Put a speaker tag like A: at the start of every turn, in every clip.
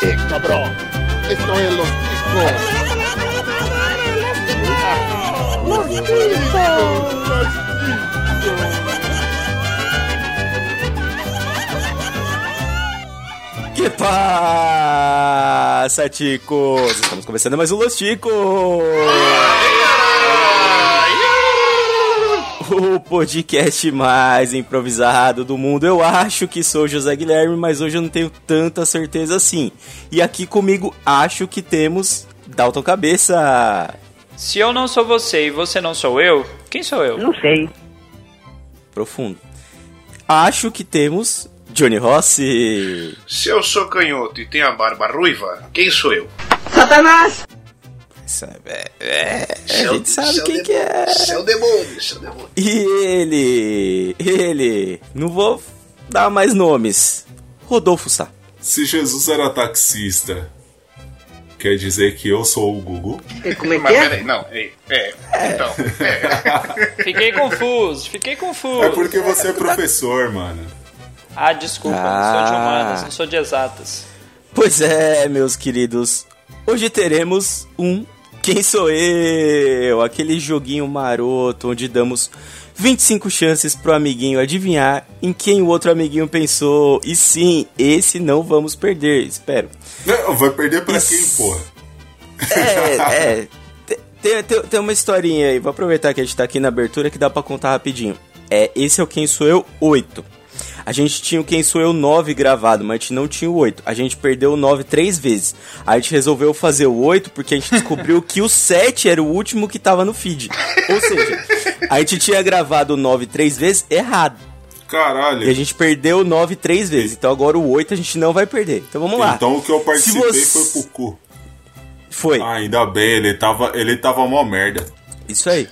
A: cerebro. Esto es los discos.
B: Los Beatles.
C: Que passa, ticos? Estamos começando mais um Los Ticos! O podcast mais improvisado do mundo. Eu acho que sou José Guilherme, mas hoje eu não tenho tanta certeza assim. E aqui comigo acho que temos Dalton Cabeça.
D: Se eu não sou você e você não sou eu, quem sou eu?
E: Não sei.
C: Profundo. Acho que temos Johnny Rossi.
F: Se eu sou canhoto e tenho a barba ruiva, quem sou eu?
C: Sabe, é, é, a
F: Seu-
C: gente sabe
F: seu
C: quem
F: demo-
C: que é.
F: Seu demônio, seu demônio.
C: E ele, ele, não vou dar mais nomes. Rodolfo Sá.
G: Se Jesus era taxista, quer dizer que eu sou o Gugu?
E: E Como é que
F: Mas
E: é?
F: peraí, não, ei, é, então, é.
D: Fiquei confuso, fiquei confuso.
G: É porque você é professor, mano.
D: Ah, desculpa, não sou de
C: Ah.
D: humanas, não sou de exatas.
C: Pois é, meus queridos, hoje teremos um Quem Sou Eu? Aquele joguinho maroto onde damos 25 chances pro amiguinho adivinhar em quem o outro amiguinho pensou. E sim, esse não vamos perder, espero.
G: Não, vai perder pra quem,
C: Isso.
G: porra?
C: É, é. Te- Tem, tem, tem uma historinha aí, vou aproveitar que a gente tá aqui na abertura que dá pra contar rapidinho. É, esse é o Quem Sou Eu 8. A gente tinha o Quem Sou Eu 9 gravado, mas a gente não tinha o 8. A gente perdeu o 9 três vezes. A gente resolveu fazer o 8 porque a gente descobriu que o 7 era o último que tava no feed. Ou seja, a gente tinha gravado o 9 três vezes errado. E a
G: Caralho.
C: gente perdeu o 9 três vezes. Então agora o 8 a gente não vai perder. Então vamos lá.
G: Então o que eu participei
C: você-
G: foi pro cu.
C: Foi.
G: Ah, ainda bem, ele tava, ele tava mó merda.
C: Isso aí.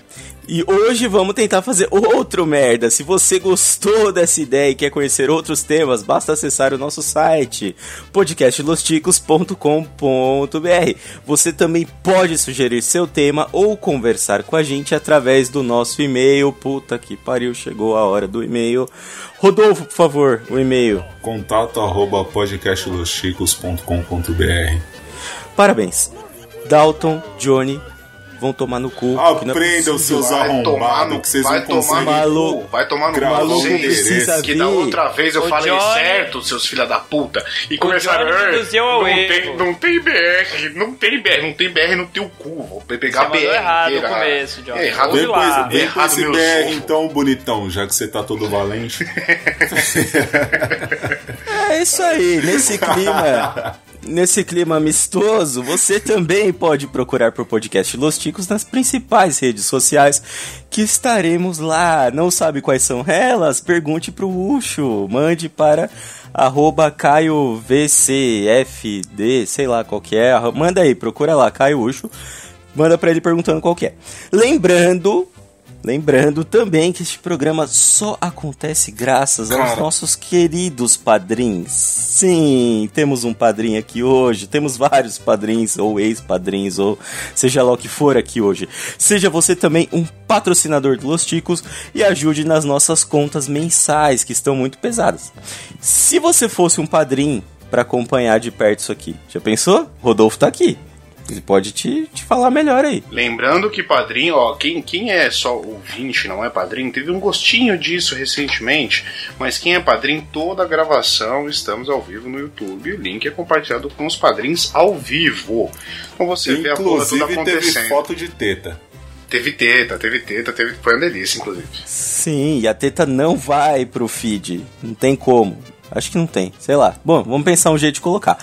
C: E hoje vamos tentar fazer outro merda. Se você gostou dessa ideia e quer conhecer outros temas, basta acessar o nosso site podcastlosticos.com.br. Você também pode sugerir seu tema ou conversar com a gente através do nosso e-mail. Puta que pariu, chegou a hora do e-mail. Rodolfo, por favor, o e-mail.
G: Contato arroba podcastlosticos.com.br
C: Parabéns. Dalton, Johnny, vão tomar no cu. que não é
G: Aprendam,
C: possível.
G: seus
F: Vai tomar no,
G: arrombados, que vocês
F: vai
G: não
F: tomar
G: conseguem.
C: Malu-
F: no cu, vai tomar no cu.
G: Maluco
F: vocês,
G: precisa
F: que da
C: vir.
F: outra vez eu
D: O
F: falei
D: Johnny-
F: certo, seus filha da puta, e começaram,
D: Johnny
F: "Eh,
D: induziu ao
F: não,
D: erro."
F: tem, não tem BR, não tem BR, não tem BR no teu cu, vou pegar
D: Você
F: BR.
D: mandou errado
F: inteira.
D: no começo, Johnny.
F: É, errado
D: Ouve
G: Vem
F: meu
G: com
D: lá.
G: esse- vem com
F: Errado
G: esse
F: meu
G: BR
F: sofo.
G: então, bonitão, já que você tá todo valente.
C: É isso aí, nesse clima. Nesse clima amistoso, você também pode procurar por podcast Los Ticos nas principais redes sociais que estaremos lá. Não sabe quais são elas? Pergunte pro Ucho. Mande para arroba CaioVCFD, sei lá qual que é. arro- Manda aí, procura lá, Caio Ucho. Manda pra ele perguntando qual que é. Lembrando, lembrando também que este programa só acontece graças aos
G: Cara,
C: nossos queridos padrinhos. Sim, temos um padrinho aqui hoje, temos vários padrinhos ou ex-padrinhos ou seja lá o que for aqui hoje. Seja você também um patrocinador do Los Ticos e ajude nas nossas contas mensais que estão muito pesadas. Se você fosse um padrinho para acompanhar de perto isso aqui, já pensou? Rodolfo tá aqui. Ele pode te, te falar melhor aí.
F: Lembrando que padrinho, ó, quem, quem é só ouvinte, não é padrinho, teve um gostinho disso recentemente, mas quem é padrinho, toda a gravação estamos ao vivo no YouTube, o link é compartilhado com os padrinhos ao vivo. Então você vê a porra toda
G: Inclusive, teve
F: acontecendo.
G: foto de teta.
F: Teve teta, teve teta, teve... foi uma delícia, inclusive.
C: Sim, e a teta não vai pro feed. Não tem como. Acho que não tem, sei lá. Bom, vamos pensar um jeito de colocar.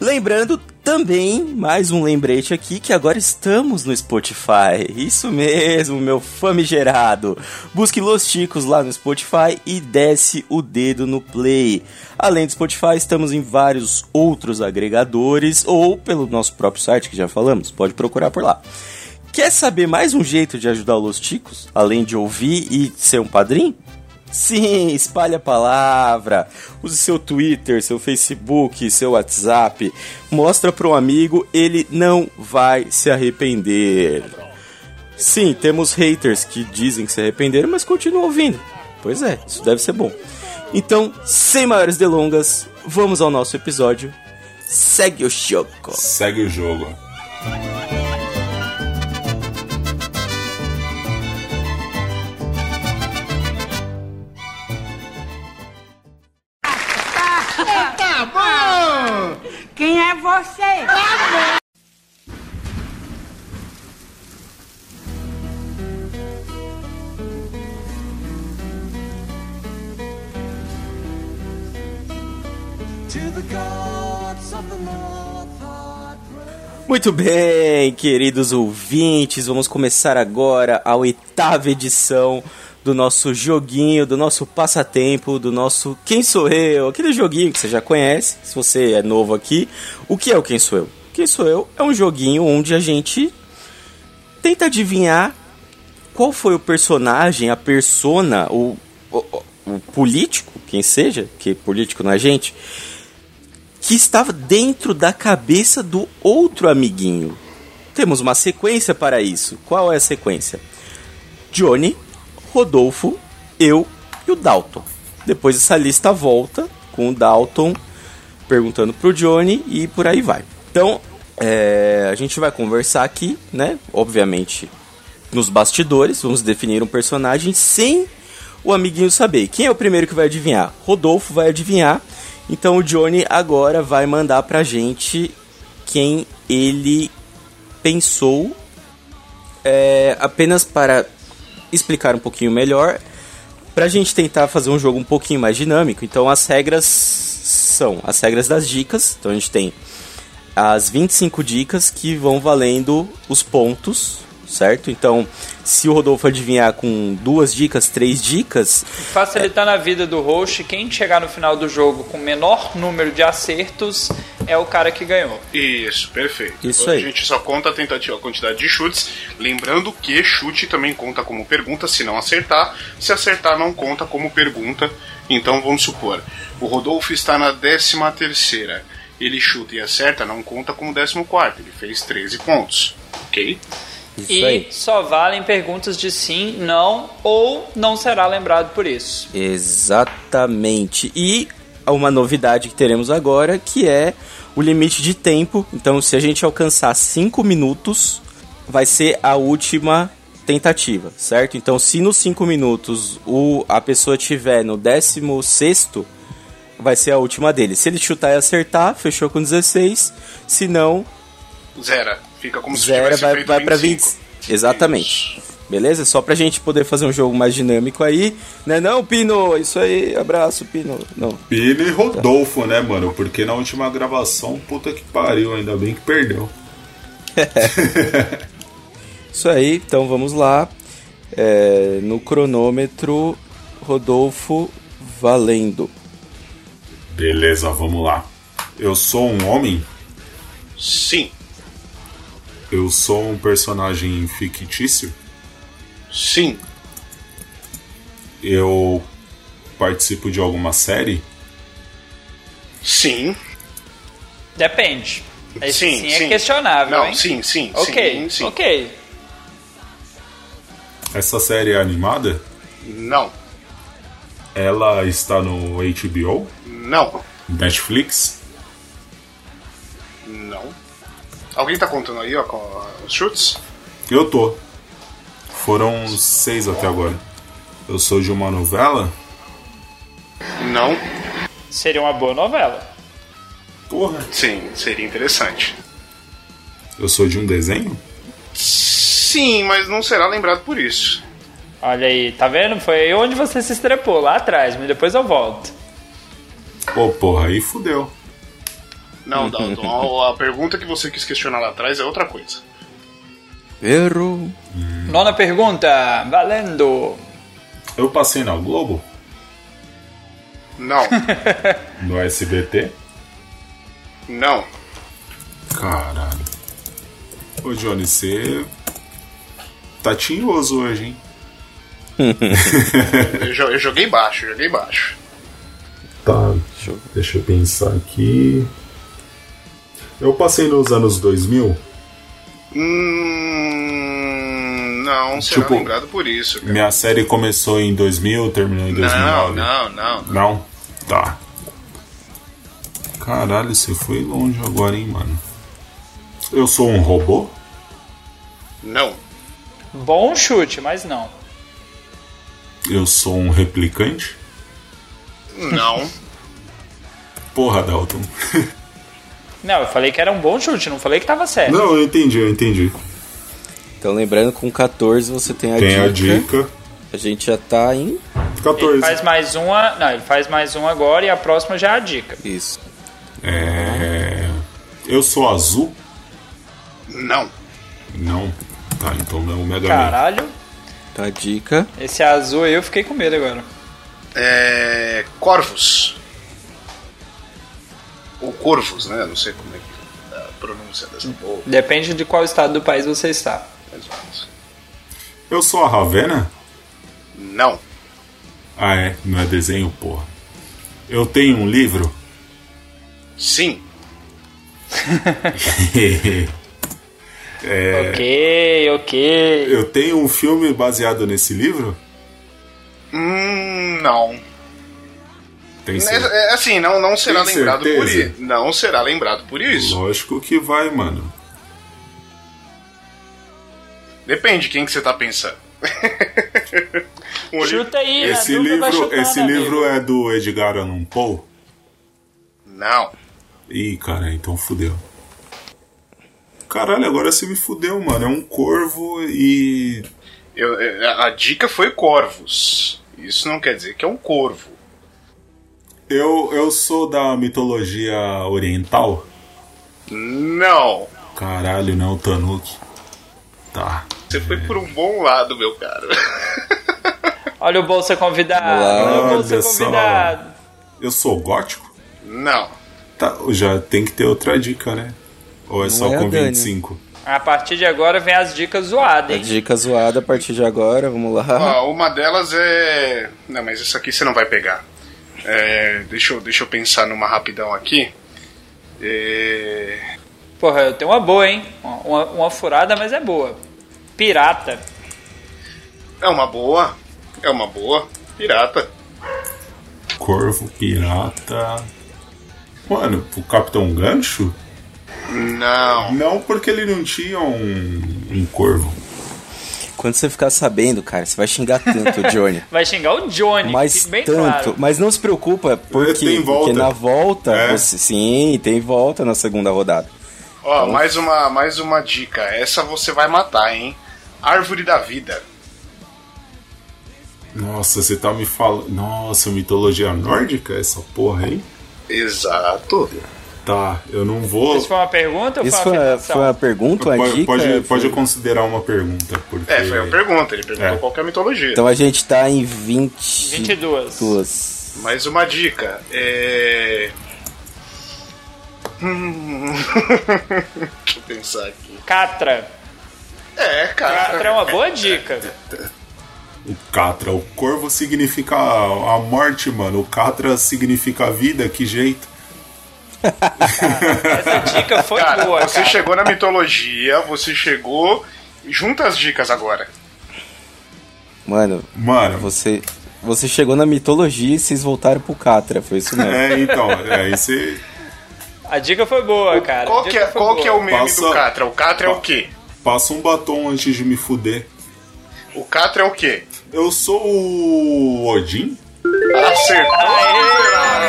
C: Lembrando também, mais um lembrete aqui, que agora estamos no Spotify. Isso mesmo, meu famigerado. Busque Los Chicos lá no Spotify e desce o dedo no play. Além do Spotify, estamos em vários outros agregadores ou pelo nosso próprio site que já falamos. Pode procurar por lá. Quer saber mais um jeito de ajudar os ticos? Além de ouvir e ser um padrinho? Sim, espalhe a palavra. Use seu Twitter, seu Facebook, seu WhatsApp. Mostra para um amigo, ele não vai se arrepender. Sim, temos haters que dizem que se arrependeram, mas continuam ouvindo. Pois é, isso deve ser bom. Então, sem maiores delongas, vamos ao nosso episódio. Segue o choco.
G: Segue o jogo.
B: Quem é você?
C: Muito bem, queridos ouvintes, vamos começar agora a oitava edição do nosso joguinho, do nosso passatempo, do nosso Quem Sou Eu, aquele joguinho que você já conhece, se você é novo aqui. O que é o Quem Sou Eu? Quem Sou Eu é um joguinho onde a gente tenta adivinhar qual foi o personagem, a persona, o, o, o político, quem seja, que político não é gente, que estava dentro da cabeça do outro amiguinho. Temos uma sequência para isso. Qual é a sequência? Johnny, Rodolfo, eu e o Dalton. Depois essa lista volta com o Dalton perguntando pro Johnny e por aí vai. Então, é, a gente vai conversar aqui, né? Obviamente, nos bastidores, vamos definir um personagem sem o amiguinho saber. Quem é o primeiro que vai adivinhar? Rodolfo vai adivinhar. Então o Johnny agora vai mandar pra gente quem ele pensou. É, apenas para explicar um pouquinho melhor, pra gente tentar fazer um jogo um pouquinho mais dinâmico. Então as regras são as regras das dicas. Então a gente tem as 25 dicas que vão valendo os pontos, certo? Então, se o Rodolfo adivinhar com duas dicas, três dicas,
D: Facilitar na vida do host, quem chegar no final do jogo com o menor número de acertos é o cara que ganhou.
F: Isso, perfeito.
C: Isso
F: Depois
C: aí.
F: A gente só conta a tentativa, a quantidade de chutes. Lembrando que chute também conta como pergunta, se não acertar. Se acertar, não conta como pergunta. Então vamos supor, o Rodolfo está na 13 terceira. Ele chuta e acerta, não conta como 14 quarto. Ele fez 13 pontos, ok?
C: isso
D: e
C: aí.
D: só valem perguntas de sim, não ou não será lembrado por isso.
C: Exatamente. E uma novidade que teremos agora que é o limite de tempo. Então, se a gente alcançar 5 minutos, vai ser a última tentativa, certo? Então, se nos 5 minutos o, a pessoa tiver no 16 vai ser a última dele. Se ele chutar e acertar, fechou com 16. Se não,
F: Zera. Fica como se
C: zero
F: tivesse
C: vai,
F: feito
C: vai para 20.
F: 25.
C: Exatamente. Beleza? Só pra gente poder fazer um jogo mais dinâmico aí. Né não, Pino? Isso aí, abraço, Pino. Não.
G: Pino e Rodolfo, né, mano? Porque na última gravação, puta que pariu, ainda bem que perdeu.
C: Isso aí, então vamos lá. É, no cronômetro, Rodolfo valendo.
G: Beleza, vamos lá. Eu sou um homem,
F: Sim,
G: eu sou um personagem fictício,
F: sim,
G: eu participo de alguma série,
F: sim.
D: Depende. Esse
F: Sim,
D: sim,
F: sim.
D: é questionável,
F: Não,
D: hein?
F: sim, sim,
D: Ok,
F: sim, sim.
D: ok.
G: essa série é animada,
F: Não,
G: ela está no HBO,
F: não,
G: Netflix,
F: não. Alguém tá contando aí, ó, com os chutes?
G: eu tô. Foram seis até agora. Eu sou de uma novela?
F: Não.
D: Seria uma boa novela.
G: Porra.
F: Sim, seria interessante.
G: Eu sou de um desenho?
F: Sim, mas não será lembrado por isso.
D: Olha aí, tá vendo? Foi aí onde você se estrepou, lá atrás, mas depois eu volto.
G: Pô, porra, aí fudeu.
F: Não, Dalton, a a pergunta que você quis questionar lá atrás é outra coisa.
C: Erro.
D: Nona pergunta, valendo.
G: Eu passei na Globo,
F: Não,
G: no SBT.
F: não.
G: Caralho. Ô, Johnny, você. Tá tinhoso hoje, hein?
F: Eu, jo- eu joguei baixo, joguei baixo.
G: Tá, deixa eu, deixa eu pensar aqui. Eu passei nos anos 2000.
F: Hum, não será
G: Tipo,
F: lembrado por isso, cara.
G: Minha série começou em 2000, terminou em
F: Não,
G: 2009.
F: não, não.
G: Não? Tá. Caralho, você foi longe agora, hein, mano. Eu sou um robô?
F: Não.
D: Bom chute, mas não.
G: Eu sou um replicante?
F: Não.
G: Porra, Dalton.
D: Não, eu falei que era um bom chute, não falei que tava certo.
G: Não, eu entendi, eu entendi.
C: Então lembrando, com 14 você tem a
G: Tem
C: É dica.
G: a dica.
C: A gente já tá em.
D: Ele
G: 14.
D: faz mais uma. Não, ele faz mais uma agora e a próxima já é a dica.
C: Isso.
G: É... Eu sou azul?
F: Não.
G: Não. Tá, então não é o Mega Man.
D: Caralho,
C: Então a dica.
D: esse azul aí eu fiquei com medo agora.
F: É. Corvos. Ou Corvos, né? Não sei como é que a pronúncia dessa porra.
D: Depende de qual estado do país você está.
F: mais ou menos.
G: Eu sou a Ravena?
F: Não.
G: Ah, é. Não é desenho, porra. Eu tenho um livro?
F: Sim.
D: Ok, ok.
G: É. Eu tenho um filme baseado nesse livro?
F: Hum, não.
G: Tem
F: É,
G: certeza?
F: é, assim, não, não será
G: Tem
F: lembrado por
G: certeza?
F: isso. Não será lembrado por é isso.
G: Lógico que vai, mano.
F: Depende de quem que você tá pensando. Um livro-
D: Chuta aí,
G: Esse
D: na dúvida vai
G: livro,
D: chutando,
G: esse
D: amigo.
G: livro é do Edgar Allan Poe?
F: Não.
G: Ih, cara, então fudeu. Caralho, agora você me fudeu, mano. É um corvo e.
F: Eu- eu- a dica foi corvos. Isso não quer dizer que é um corvo.
G: Eu, eu sou da mitologia oriental?
F: Não.
G: Caralho, não, Tanuki. Tá.
F: Você foi por um bom lado, meu cara.
D: Olha o bolsa convidado.
C: Olá,
D: Olha o bolsa
G: olha só.
D: convidado.
G: Eu sou gótico?
F: Não.
G: Tá, já tem que ter outra dica, né? Ou é só
C: é a
G: com
C: Dani.
G: 25?
D: A partir de agora vem as dicas
C: A
D: zoadas, hein?
C: dica zoada a partir de agora, vamos lá.
F: Ó, uma delas é. Não, mas isso aqui você não vai pegar. É, deixa, eu, deixa eu pensar numa rapidão aqui. É,
D: Porra, eu tenho uma boa, hein? Uma, uma- uma furada, mas é boa. Pirata.
F: é uma boa. É uma boa. Pirata.
G: Corvo, pirata. Mano, o Capitão é um Gancho?
F: Não.
G: Não, porque ele não tinha um, um corvo.
C: Quando você ficar sabendo, cara, você vai xingar tanto o Johnny.
D: Vai xingar o Johnny,
C: Mas
D: fique bem
C: tanto.
D: claro.
C: Mas não se preocupa, porque,
G: Tem volta.
C: porque na volta
G: É.
C: você. Sim, tem volta na segunda rodada.
F: Ó, mais uma, mais uma dica. Essa você vai matar, hein? Árvore da vida.
G: Nossa, você tá me falando. Nossa, mitologia nórdica? Essa porra aí?
F: Exato.
G: Tá, eu não vou.
D: Isso foi uma pergunta ou
C: Isso
D: foi
C: foi,
D: uma
C: uma-
D: afirmação?
C: foi uma pergunta, uma
G: pode,
C: dica? é,
G: pode,
C: Foi-
G: pode considerar uma pergunta, porque.
F: É, foi uma pergunta. Ele perguntou
G: É.
F: qual que é a mitologia.
C: Então a gente tá em 20...
D: 22.
C: duas.
F: Mais uma dica. É. Hum. Deixa eu pensar aqui.
D: Catra.
F: É,
D: Catra é
F: cara.
D: uma boa dica.
G: O Catra, o corvo significa a morte, mano. O Catra significa a vida, que jeito.
D: Essa dica foi
F: Cara,
D: boa,
F: você
D: cara.
F: chegou na mitologia, você chegou. Junta as dicas agora.
C: Mano,
G: Mano,
C: É você, você chegou na mitologia e vocês voltaram pro Catra, foi isso mesmo.
G: é, então, é, aí você.
D: A dica foi boa, cara. A
F: qual que
D: dica
F: é,
D: foi
F: qual
D: boa.
F: que é o meme
G: Passa-
F: do Catra? O Catra é o quê?
G: Passa um batom antes de me fuder.
F: O Catra é o quê?
G: Eu sou o Odin?
F: Acertou.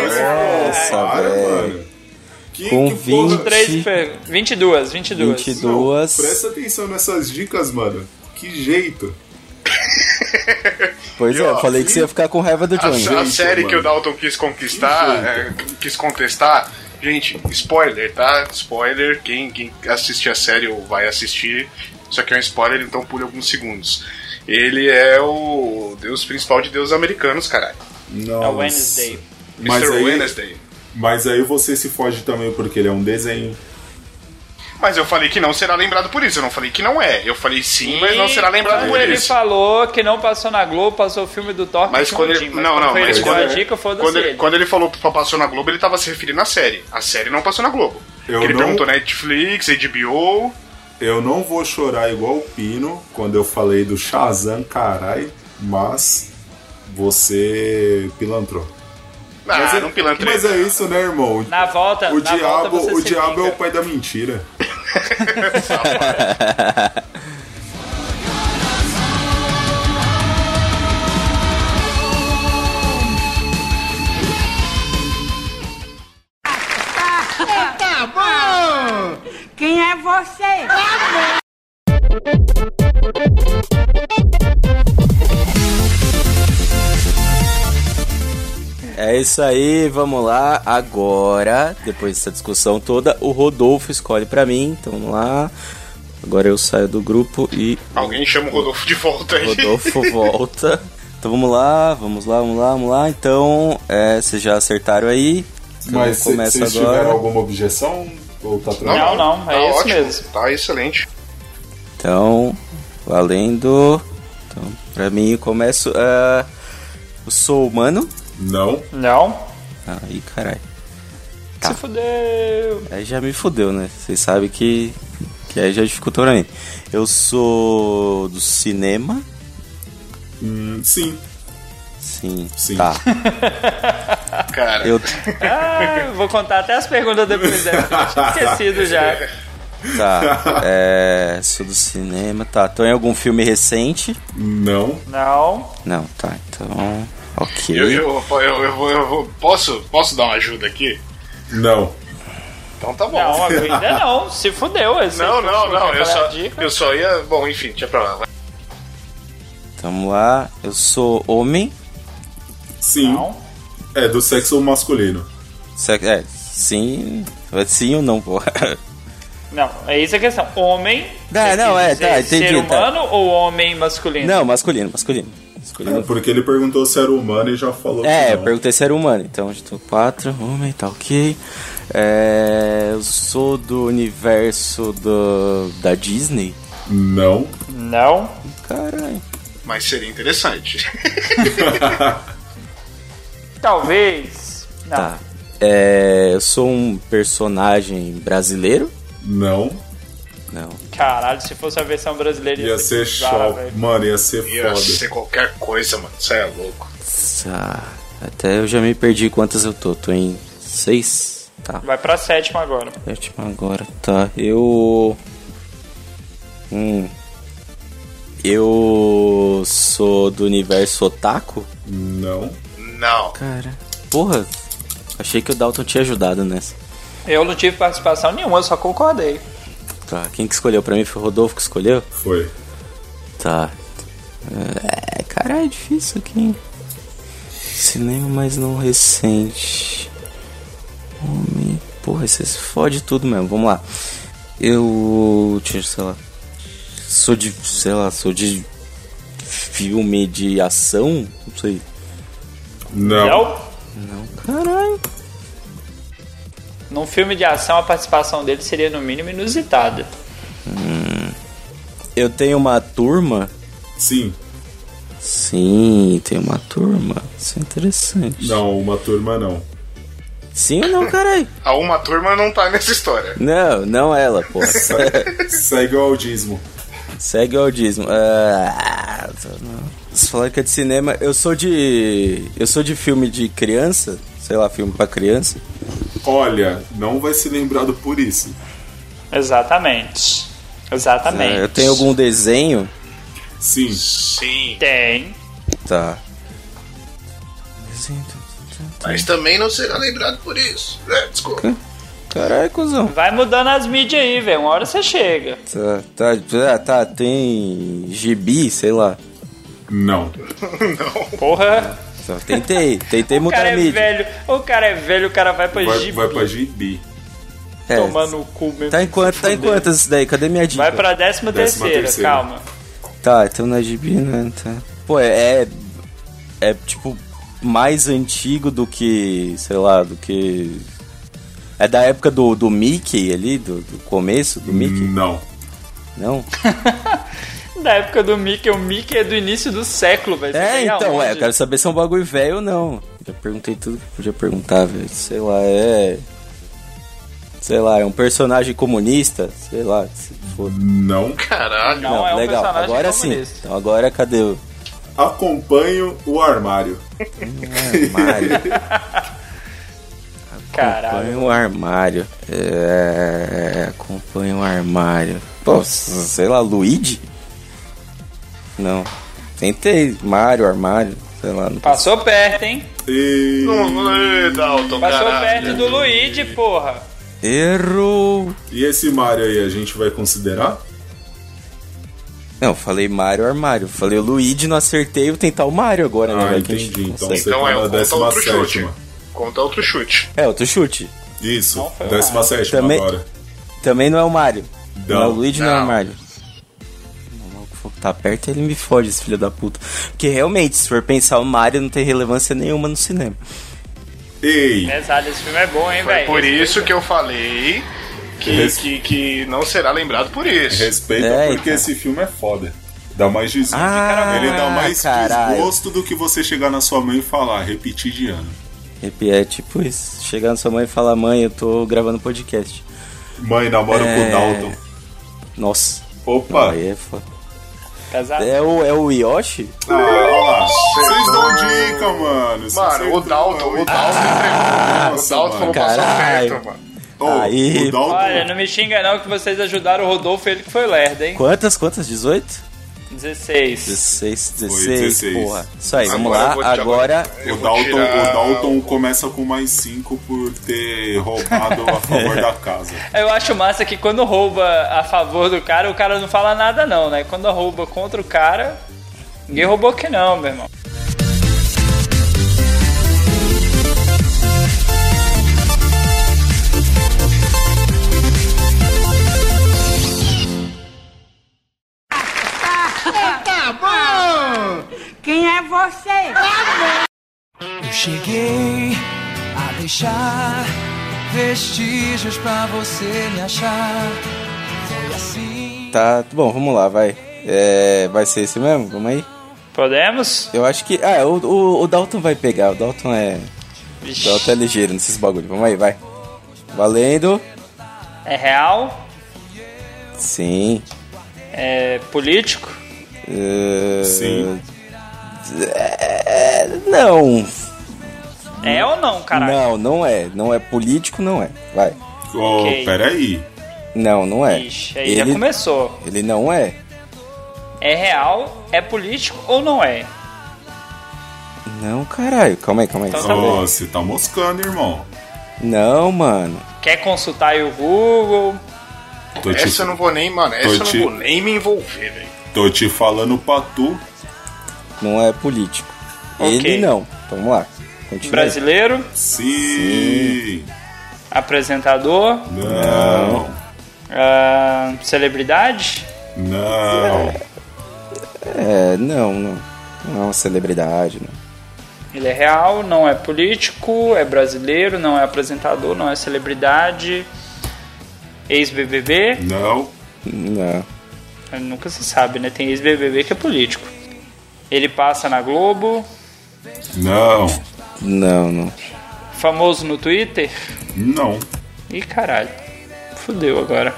C: Nossa,
G: Para,
C: velho.
G: É, mano. Que,
C: Com
G: que porra-
C: 20.
D: Três per- 22, 22.
C: 22.
G: Não,
C: Duas.
G: Presta atenção nessas dicas, mano. Que jeito.
C: Pois
F: E,
C: é,
F: ó,
C: eu falei
G: assim
C: que você ia ficar com raiva do
F: A,
C: Johnny.
F: a
G: Gente,
F: série que
G: mano.
F: o Dalton quis conquistar, é, quis contestar. Gente, spoiler, tá? Spoiler, quem, quem assistir a série ou vai assistir, isso aqui é um spoiler, então pule alguns segundos. Ele é o deus principal de deuses americanos, caralho.
G: Nossa.
D: É o Wednesday.
G: Mas
F: Mr.
G: aí,
F: Wednesday.
G: mas aí você se foge também porque ele é um desenho.
F: Mas eu falei que não será lembrado por isso, eu não falei que não é. Eu falei sim, mas não será lembrado
D: Então,
F: por
D: Ele
F: isso.
D: falou que não passou na Globo, passou o filme do Thor.
F: Mas
D: que
F: quando
D: tinha
F: ele.
D: um Jim,
F: Não, não,
D: foi
F: mas
D: ele
F: quando,
D: deu a dica,
F: quando
D: foda-se
F: ele,
D: ele.
F: quando ele falou pra passou na Globo, ele tava se referindo à série. A série não passou na Globo.
G: Eu
F: Porque ele
G: não-
F: perguntou né, Netflix, HBO.
G: Eu não vou chorar igual o Pino quando eu falei do Shazam, carai, mas você pilantrou.
F: Ah,
G: mas, é,
F: não pilantrei.
G: mas é isso, né, irmão?
D: Na volta, na
G: o
D: volta
G: diabo,
D: você
G: o
D: se
G: diabo é
D: liga.
G: o pai da mentira.
B: Quem é você?
C: É isso aí, vamos lá. Agora, depois dessa discussão toda, o Rodolfo escolhe pra mim. Então vamos lá. Agora eu saio do grupo e
G: é-
F: Alguém chama o Rodolfo de volta aí.
C: Rodolfo volta. Então vamos lá, vamos lá, vamos lá, vamos lá. Então, é, vocês já acertaram aí. Então
G: mas se-
C: começa
G: vocês
C: agora.
G: tiveram alguma objeção? Ou tá tranquilo?
D: Não, não, é
F: tá
D: isso
F: ótimo,
D: mesmo.
F: Tá excelente.
C: Então, valendo. Então, pra mim, eu começo. ah, eu sou humano.
G: Não.
D: Não.
C: Aí, caralho. Tá.
D: Ah, Se fudeu.
C: Aí já me fudeu, né? Vocês sabem que, que aí já dificultou pra mim. Eu sou do cinema.
G: Hum, sim.
C: Sim.
G: Sim.
C: Tá.
F: Cara,
C: Eu,
D: Ah, vou contar até as perguntas depois dessa. Eu tinha esquecido já.
C: tá. É, sou do cinema. Tá. Tô em algum filme recente?
G: Não.
D: Não.
C: Não, tá. Então. Ok.
F: eu, eu, eu, eu, vou- eu vou- posso, posso dar uma ajuda aqui?
G: Não.
F: Então tá bom.
D: Não, ainda não. Se fudeu. esse-
F: Não, não, não,
D: quer falar
F: eu só,
D: a dica?
F: eu só ia. Bom, enfim, tinha pra lá. vai.
C: Então, vamos lá. Eu sou homem.
G: Sim.
D: Não.
G: É do sexo masculino.
C: Se- É, sim. Sim ou não, porra?
D: Não, é isso a questão. Homem.
C: Não,
D: você
C: não,
D: quis
C: é,
D: dizer
C: tá, entendi,
D: Ser
C: tá.
D: humano ou homem masculino?
C: Não, masculino, masculino.
G: É
C: Masculino.
G: porque ele perguntou se era humano e já falou
C: É,
G: que
C: eu
G: não.
C: perguntei se era humano, então já tô quatro, homem, tá ok. É, eu sou do universo do, da Disney.
G: Não.
D: Não.
C: Caralho.
F: Mas seria interessante.
D: Talvez. Não.
C: Tá. É, eu sou um personagem brasileiro?
G: Não.
C: Não.
D: Caralho, se fosse a versão brasileira
G: Ia ser
D: bizarra,
G: show.
D: velho.
G: Mano, ia ser
F: Ia
G: foda.
F: ser qualquer coisa, mano. Você é louco.
C: Tá. Até eu já me perdi quantas eu tô. Tô em seis. Tá.
D: Vai pra sétima agora.
C: Sétima agora, tá. Eu. Hum. Eu sou do universo otaku?
G: Não.
F: Não.
C: Cara. Porra, achei que o Dalton tinha ajudado nessa.
D: Eu não tive participação nenhuma, eu só concordei.
C: Tá, quem que escolheu pra mim foi o Rodolfo que escolheu?
G: Foi.
C: Tá. É, cara, é difícil aqui. hein? Cinema, mas não recente. Homem. Porra, você se fode tudo mesmo. Vamos lá. Eu. Deixa eu, sei lá. Sou de. Sei lá, sou de. Filme de ação? Não sei.
G: Não.
C: Não, caralho.
D: Num filme de ação, a participação dele seria no mínimo inusitada.
C: Eu tenho uma turma.
G: Sim.
C: Sim, tenho uma turma. Isso é interessante.
G: Não, uma turma não.
C: Sim ou não, caralho?
F: A uma turma não tá nessa história.
C: Não, não ela, porra.
G: Segue o audismo.
C: Segue o audismo. Ah, não. Vocês falaram que é de cinema. Eu sou de. Eu sou de filme de criança. Sei lá, filme pra criança.
G: Olha, não vai ser lembrado por isso.
D: Exatamente.
C: Ah,
D: Exatamente.
C: eu tenho algum desenho.
G: Sim.
F: Sim.
D: Tem.
C: Tá.
F: Mas também não será lembrado por isso. É, desculpa.
C: tá. Caralho, cuzão.
D: Vai mudando as mídias aí, velho. Uma hora você chega.
C: Tá, tá, tá, tá, tem gibi, sei lá.
G: Não.
D: Porra,
C: Só Tentei, tentei
D: o cara
C: mudar a
D: é
C: mídia.
D: velho. O cara é velho, o cara vai pra
G: Vai,
D: Gibi
G: vai pra gibi.
C: É,
D: tomando o cu mesmo.
C: Tá em quanto, tá em quantas isso daí? Cadê minha dica?
D: Vai pra décima,
G: Décima
D: terceira,
G: terceira.
D: calma.
C: Tá, então na gibi, né? Tá. Pô, é, é. é, tipo mais antigo do que. sei lá, do que. É da época do, do Mickey ali, do, do começo
G: Hum.
C: do Mickey?
G: Não.
C: Não?
D: Da época do Mickey, o Mickey é do início do século, velho. Você
C: É,
D: vem
C: então,
D: aonde?
C: é, eu quero saber se é um bagulho velho ou não. Já perguntei tudo que podia perguntar, velho. Sei lá, é. Sei lá, é um personagem comunista? Sei lá, se for.
G: Não.
F: Caralho.
D: Não, é um
C: legal.
D: personagem
C: Agora sim.
D: comunista.
C: Então agora cadê o.
G: Acompanho o armário.
C: Armário.
D: Caralho.
C: Acompanha o armário. É. Acompanha o armário. Pô, s- sei lá, Luigi? Não. Tentei. Mario, armário. Sei lá. Não
D: Passou perto, hein?
G: E...
F: Não, Dalton,
D: Passou
F: caralho.
D: perto do Luigi, porra.
C: Errou!
G: e esse Mario aí a gente vai considerar?
C: Não, eu falei Mario, armário. Eu Falei o Luigi, não acertei. Vou tentar o Mario agora, né?
G: Ah,
C: vai que a gente
G: entendi. Então
C: consegue.
G: você
F: Então
G: tá
F: é,
G: na
F: conta outro
G: 17.
F: chute. Conta outro chute.
C: É, outro chute.
G: Isso,
D: Não, foi o
G: 17
C: Também-
G: agora.
C: Também não é o Mario. Não,
G: Não,
C: é o Luigi, não, é o
F: não.
C: Mario. O maluco falou que Tá perto, ele me fode, esse filho da puta. Porque realmente, se for pensar, o Mario não tem relevância nenhuma no cinema.
G: Ei,
D: Pesado, esse filme é bom, hein,
F: Foi
D: velho?
F: por isso que eu falei que,
G: Res-
F: que, que não será lembrado por isso.
G: respeita
C: É,
G: porque
C: então.
G: esse filme é foda. Dá mais desgosto.
C: Ah,
G: Ele dá mais
C: caralho.
G: desgosto do que você chegar na sua mãe e falar, repetir de ano.
C: Repi- É tipo isso. Chegar na sua mãe e falar, mãe, eu tô gravando podcast.
G: Mãe, namora com
C: É.
G: o Dalton.
C: Nossa.
G: Opa!
C: Aí é foda.
D: Pesado.
C: É o, é o Yoshi?
G: Ah, olha lá. Vocês dão dica, mano. Você
F: Mano,
G: acertou,
F: o Dalton,
G: mano.
F: o Dalton entregou. O
G: Ah, Nossa,
F: Dalton falou
G: mano.
F: passou
C: Caralho.
F: perto, mano.
G: Ô,
C: Aí.
G: O Dalton.
D: Olha, não me xinga não que vocês ajudaram o Rodolfo, ele que foi lerdo, hein?
C: Quantas? Quantas? 18?
D: 16.
C: 16, 16,
G: 16.
C: porra. Isso aí, vamos
F: Agora eu
C: lá.
F: vou te
C: Agora.
F: Eu
G: O
F: vou
G: Dalton,
F: tirar
G: o Dalton começa com mais 5 por ter roubado a favor da casa.
D: Eu acho massa que quando rouba a favor do cara, o cara não fala nada não, né? Quando rouba contra o cara, ninguém roubou que não, meu irmão.
B: Quem é você?
E: Eu cheguei a deixar vestígios pra você me achar. Foi assim.
C: Tá, bom, vamos lá, vai. É, vai ser esse mesmo? Vamos aí?
D: Podemos?
C: Eu acho que. Ah, o, o, o Dalton vai pegar. O Dalton é. O
D: Vixe,
C: Dalton é ligeiro nesses bagulho. Vamos aí, vai. Valendo.
D: é real?
C: Sim.
D: É político?
C: É,
G: Sim.
C: Não.
D: É ou não, caralho?
C: Não, não é. Não é político, não é. Vai.
G: Ô,
D: Ok.
G: peraí.
C: Não, não é.
D: Vixe, aí já
C: ele,
D: começou.
C: ele não é.
D: É real? É político ou não é?
C: Não, caralho. Calma aí, calma aí.
D: Então tá
G: Ô,
D: bom.
G: você tá moscando, irmão.
C: Não, mano.
D: Quer consultar aí o Google?
G: Tô te,
F: Essa eu não vou nem, mano, essa eu
G: Tô
F: não
G: te-
F: vou nem me envolver, velho.
G: tô te falando pra tu.
C: Não é político.
D: Ok.
C: Ele não. Então vamos lá. Continua.
D: Brasileiro?
G: Sim.
D: Apresentador?
G: Não.
D: Ah, celebridade?
G: Não.
C: É, não, não. Não é uma celebridade, não.
D: Ele é real, não é político, é brasileiro, não é apresentador, não é celebridade. Ex-BBB?
G: Não.
C: Não.
D: Nunca se sabe, né? Tem ex-BBB que é político. Ele passa na Globo,
G: Não.
C: Não, não.
D: famoso no Twitter.
G: Não.
D: Ih, caralho. Fudeu agora.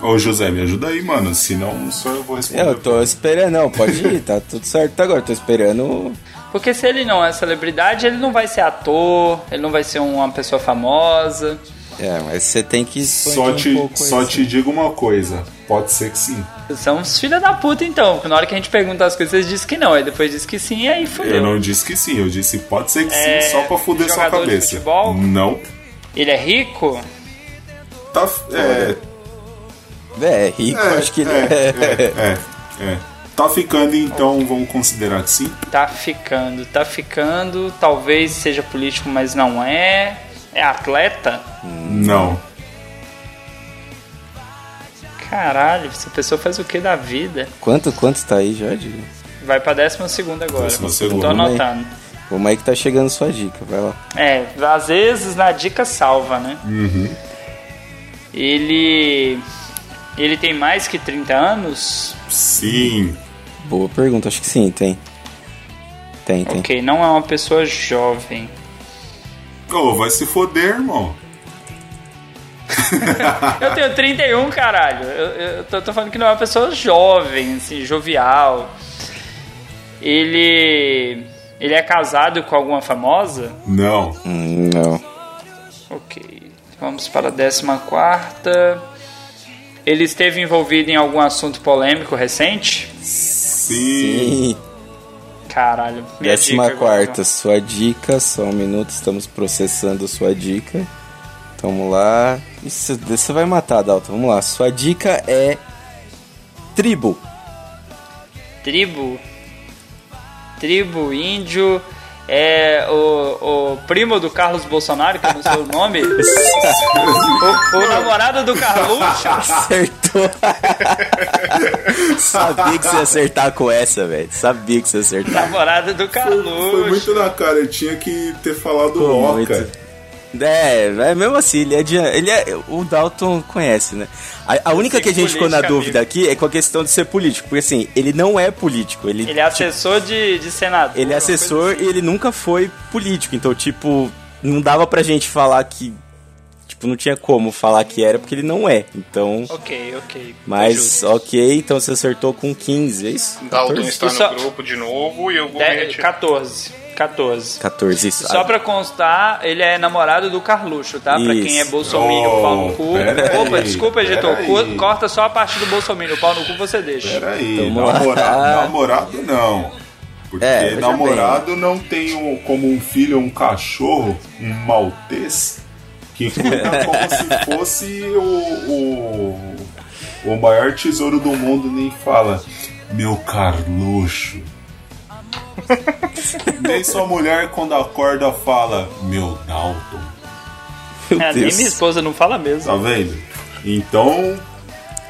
G: Ô, José, me ajuda aí, mano. Senão só eu vou
C: É,
G: responder.
C: Eu tô esperando, não, pode ir, tá tudo certo agora. Tô esperando.
D: Porque se ele não é celebridade, ele não vai ser ator, ele não vai ser uma pessoa famosa.
C: É, mas você tem que expandir
G: Só,
C: um
G: te,
C: pouco
G: só
C: isso.
G: te digo uma coisa. Pode ser que sim.
D: São uns filha da puta, então. Porque na hora que a gente pergunta as coisas, vocês dizem que não. Aí depois diz que sim, e aí fudeu.
G: Eu não disse que sim, eu disse pode ser que
D: É,
G: sim, só pra fuder sua
D: jogador de
G: cabeça.
D: futebol?
G: Não.
D: Ele é rico?
G: Tá. f- É.
C: É, rico,
G: É,
C: acho que.
G: é, é, é. Tá ficando, então vamos considerar que sim?
D: Tá ficando, tá ficando. Talvez seja político, mas não é. É atleta?
G: Não.
D: Caralho, essa pessoa faz o que da vida?
C: Quanto, quanto tá aí já, Diego?
D: Vai pra décima segunda agora.
G: Décima segunda, né?
D: Tô
C: vamos aí.
D: anotando.
C: Como é que tá chegando sua dica? Vai lá.
D: É, às vezes na dica salva, né?
G: Uhum.
D: Ele. Ele tem mais que 30 anos?
G: Sim.
C: Boa pergunta, acho que sim, tem. Tem, tem.
D: Ok, não é uma pessoa jovem.
G: Ô, vai se foder, irmão.
D: Eu tenho 31, caralho. Eu, eu tô, tô falando que não é uma pessoa jovem, assim, jovial. Ele. Ele é casado com alguma famosa?
G: Não.
C: Hum, Não.
D: Ok. Vamos para a décima quarta. Ele esteve envolvido em algum assunto polêmico recente?
G: Sim.
D: Caralho. minha
C: Décima
D: dica agora, então.
C: quarta, sua dica, só um minuto, estamos processando sua dica. Então, Vamos lá. Isso, você vai matar, Dalton. Vamos lá. Sua dica é tribo.
D: então. Tribo. Tribo, índio. É o, o primo do Carlos Bolsonaro, que eu não sei o nome. o, o namorado do Carluxo.
C: Acertou. Sabia que você ia acertar com essa, velho. Sabia que você ia acertar.
D: namorado do
G: Foi
D: Carluxo.
G: muito na cara, eu tinha que ter falado
C: Pô,
G: ó,
C: muito.
G: cara.
C: É, é mesmo assim, ele é, de, ele é. O Dalton conhece, né? A, a única
D: Sim,
C: que a gente ficou na
D: política,
C: dúvida aqui é com a questão de ser político. Porque assim, ele não é político. Ele,
D: Ele é assessor de, de senador.
C: Ele é
D: uma
C: assessor e ele nunca foi político. Então, tipo, não dava pra gente falar que. Tipo, não tinha como falar que era, porque ele não é. Então.
D: coisa assim. Ok, ok.
C: Mas, ok, então você acertou com 15, é isso?
F: Dalton
C: 14?
F: está
D: Só-
F: no grupo de novo e eu vou me
D: De,
F: retirar.
D: 14. 14.
C: 14, isso.
D: Só pra constar, ele é namorado do Carluxo, tá? Pra
C: Isso.
D: quem é bolsominion,
G: Oh,
D: pau no cu.
G: peraí,
D: Opa, desculpa, editor.
G: peraí.
D: co- Corta só a parte do bolsominion, pau no cu você deixa.
G: Peraí,
C: Tamo lá.
G: namorado, namorado não. Porque
C: É, veja
G: namorado não tem um- como um filho um cachorro, um maltês, que
C: É.
G: cuida como se fosse o, o, o maior tesouro do mundo, nem fala. Meu Carluxo. nem sua mulher, quando acorda, fala: Meu Dalton.
C: Meu
D: É, nem minha
C: Deus.
D: esposa não fala mesmo.
G: Tá vendo? Então,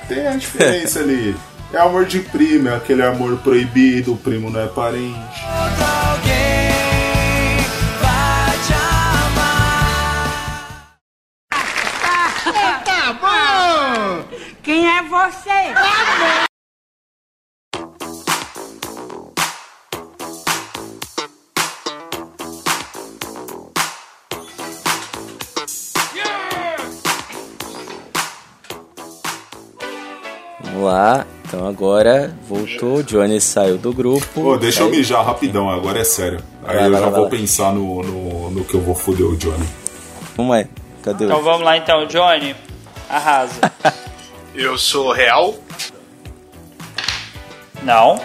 G: tem a diferença ali. É amor de primo, é aquele amor proibido, o primo não é parente.
E: Alguém vai te amar.
B: Quem é você?
C: Vamos lá. Então agora voltou, o Johnny saiu do grupo.
G: Pô, deixa eu
C: Aí-
G: mijar rapidão, agora é sério. Aí
C: Vai,
G: eu
C: vai,
G: já
C: vai,
G: vou
C: vai.
G: pensar no, no, no que eu vou foder o Johnny.
C: Vamos aí. Cadê
D: Então
C: o.
D: vamos lá então, Johnny. Arrasa.
F: Eu sou real,
D: Não.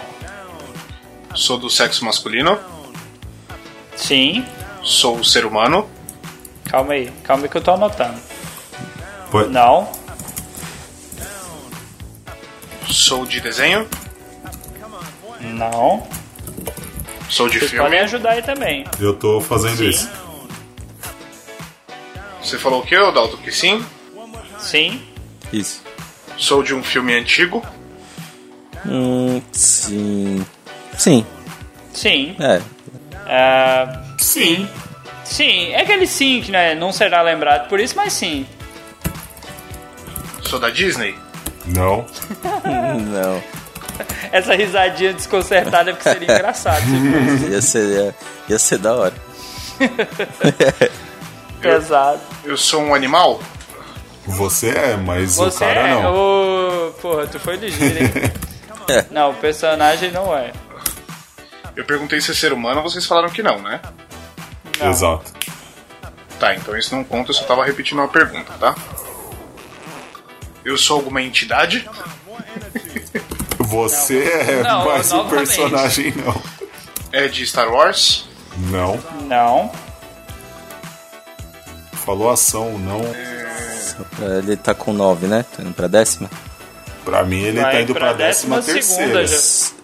F: sou do sexo masculino,
D: Sim.
F: sou um ser humano,
D: Calma aí. Calma aí que eu tô anotando.
G: Pode-
D: Não.
F: sou de desenho,
D: Não.
F: sou de
D: Vocês podem
F: filme.
D: ajudar aí também.
G: Eu tô fazendo
D: Sim.
G: isso.
F: Você falou o que, Dalton? Que sim?
D: Sim.
C: Isso.
F: Sou de um filme antigo,
C: Hum, sim. Sim,
D: Sim.
C: é.
D: Ah,
F: Sim.
D: sim. É aquele sim que né, não será lembrado por isso, mas sim.
F: sou da Disney.
G: Não.
C: Hum, Não.
D: Essa risadinha desconcertada é porque seria engraçado. Seria
C: Ia ser, ia, ia ser da hora.
D: pesado.
F: Eu sou um animal?
G: Você é, mas o
D: Você
G: cara
D: é
G: não.
D: o. Porra, tu foi ligeiro, hein? não, o personagem não é.
F: Eu perguntei se é ser humano, vocês falaram que não, né?
D: Não.
G: Exato.
F: Tá, então isso não conta, eu só tava repetindo uma pergunta, tá? Eu sou alguma entidade?
G: Você é,
D: Não,
G: mas o
D: novamente.
G: personagem não.
F: É de Star Wars?
G: Não.
D: Não.
G: Falou ação, não.
C: Ele tá com 9, né? Tá indo pra décima?
G: Pra mim ele
D: Vai
G: tá indo pra
D: pra
G: décima
D: décima segunda
G: terceira.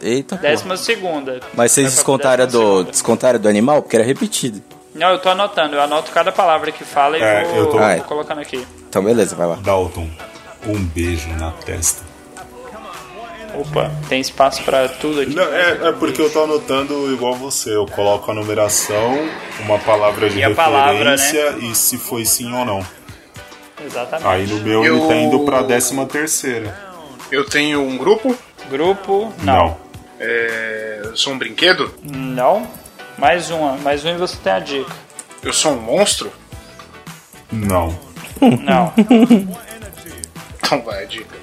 D: já.
C: Eita, porra.
D: Décima segunda.
C: Mas vocês
D: Vai pra
C: descontaram
D: décima
C: do,
D: segunda.
C: descontaram do animal? Porque era repetido.
D: Não, eu tô anotando. Eu anoto cada palavra que fala e
G: É,
D: vou,
G: eu tô-
C: Ah, é.
D: vou colocando aqui.
C: Então, beleza, vai lá.
G: Dalton, um beijo na testa.
D: Opa, tem espaço pra tudo aqui.
G: Não, é, é porque eu tô anotando igual você. Eu coloco a numeração, uma palavra de
D: E a
G: referência
D: palavra, né?
G: e se foi sim ou não.
D: Exatamente.
G: Aí no meu ele
F: Eu-
G: tá indo pra décima terceira.
F: Eu tenho um grupo?
G: Ah.
D: Grupo, não.
F: É... Eu sou um brinquedo?
D: não. Mais uma. Mais uma e você tem a dica.
F: Eu sou um monstro?
G: Não.
D: Não.
F: Então vai, dica.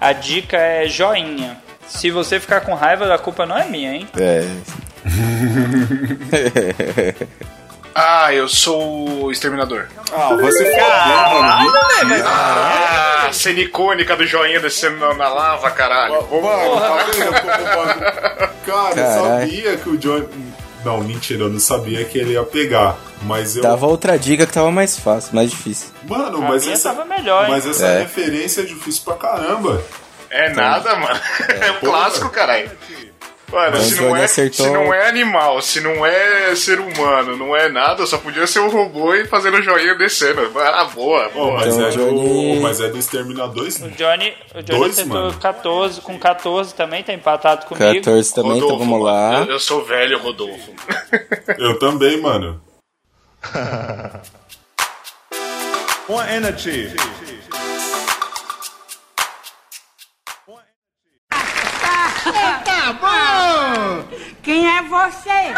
D: A dica é joinha. Se você ficar com raiva, a culpa não é minha, hein?
C: É.
F: Ah, eu sou o exterminador.
G: Ah, vai se foder, mano.
F: Ah, cena icônica do joinha descendo na, na lava, caralho.
G: Mano, tá vendo como o bagulho- Cara, eu
C: Caralho.
G: sabia que o Johnny. Não, mentira, eu não sabia que ele ia pegar. Mas eu.
C: Dava outra dica que tava mais fácil, mais difícil.
G: Mano, mas
D: minha
G: essa.
D: tava melhor, hein?
G: mas essa
C: É.
G: referência é difícil pra caramba.
F: É nada, mano. É um clássico, caralho. Mano,
C: Mas
F: se
C: o
F: não,
C: Johnny
F: é,
C: acertou.
F: se não é animal, se não é ser humano, não é nada, só podia ser um robô e fazendo joinha descendo. Ah, boa,
G: Pô,
F: boa.
G: mas,
C: Então,
G: é do,
C: Johnny-
G: mas é do Exterminador 2.
D: O Johnny, o Johnny
G: Dois,
D: acertou
G: mano.
D: 14, com 14 também, tá empatado comigo.
C: 14 também, então vamos lá.
F: Eu, eu sou velho, Rodolfo.
G: Eu também, mano.
B: Quem é você?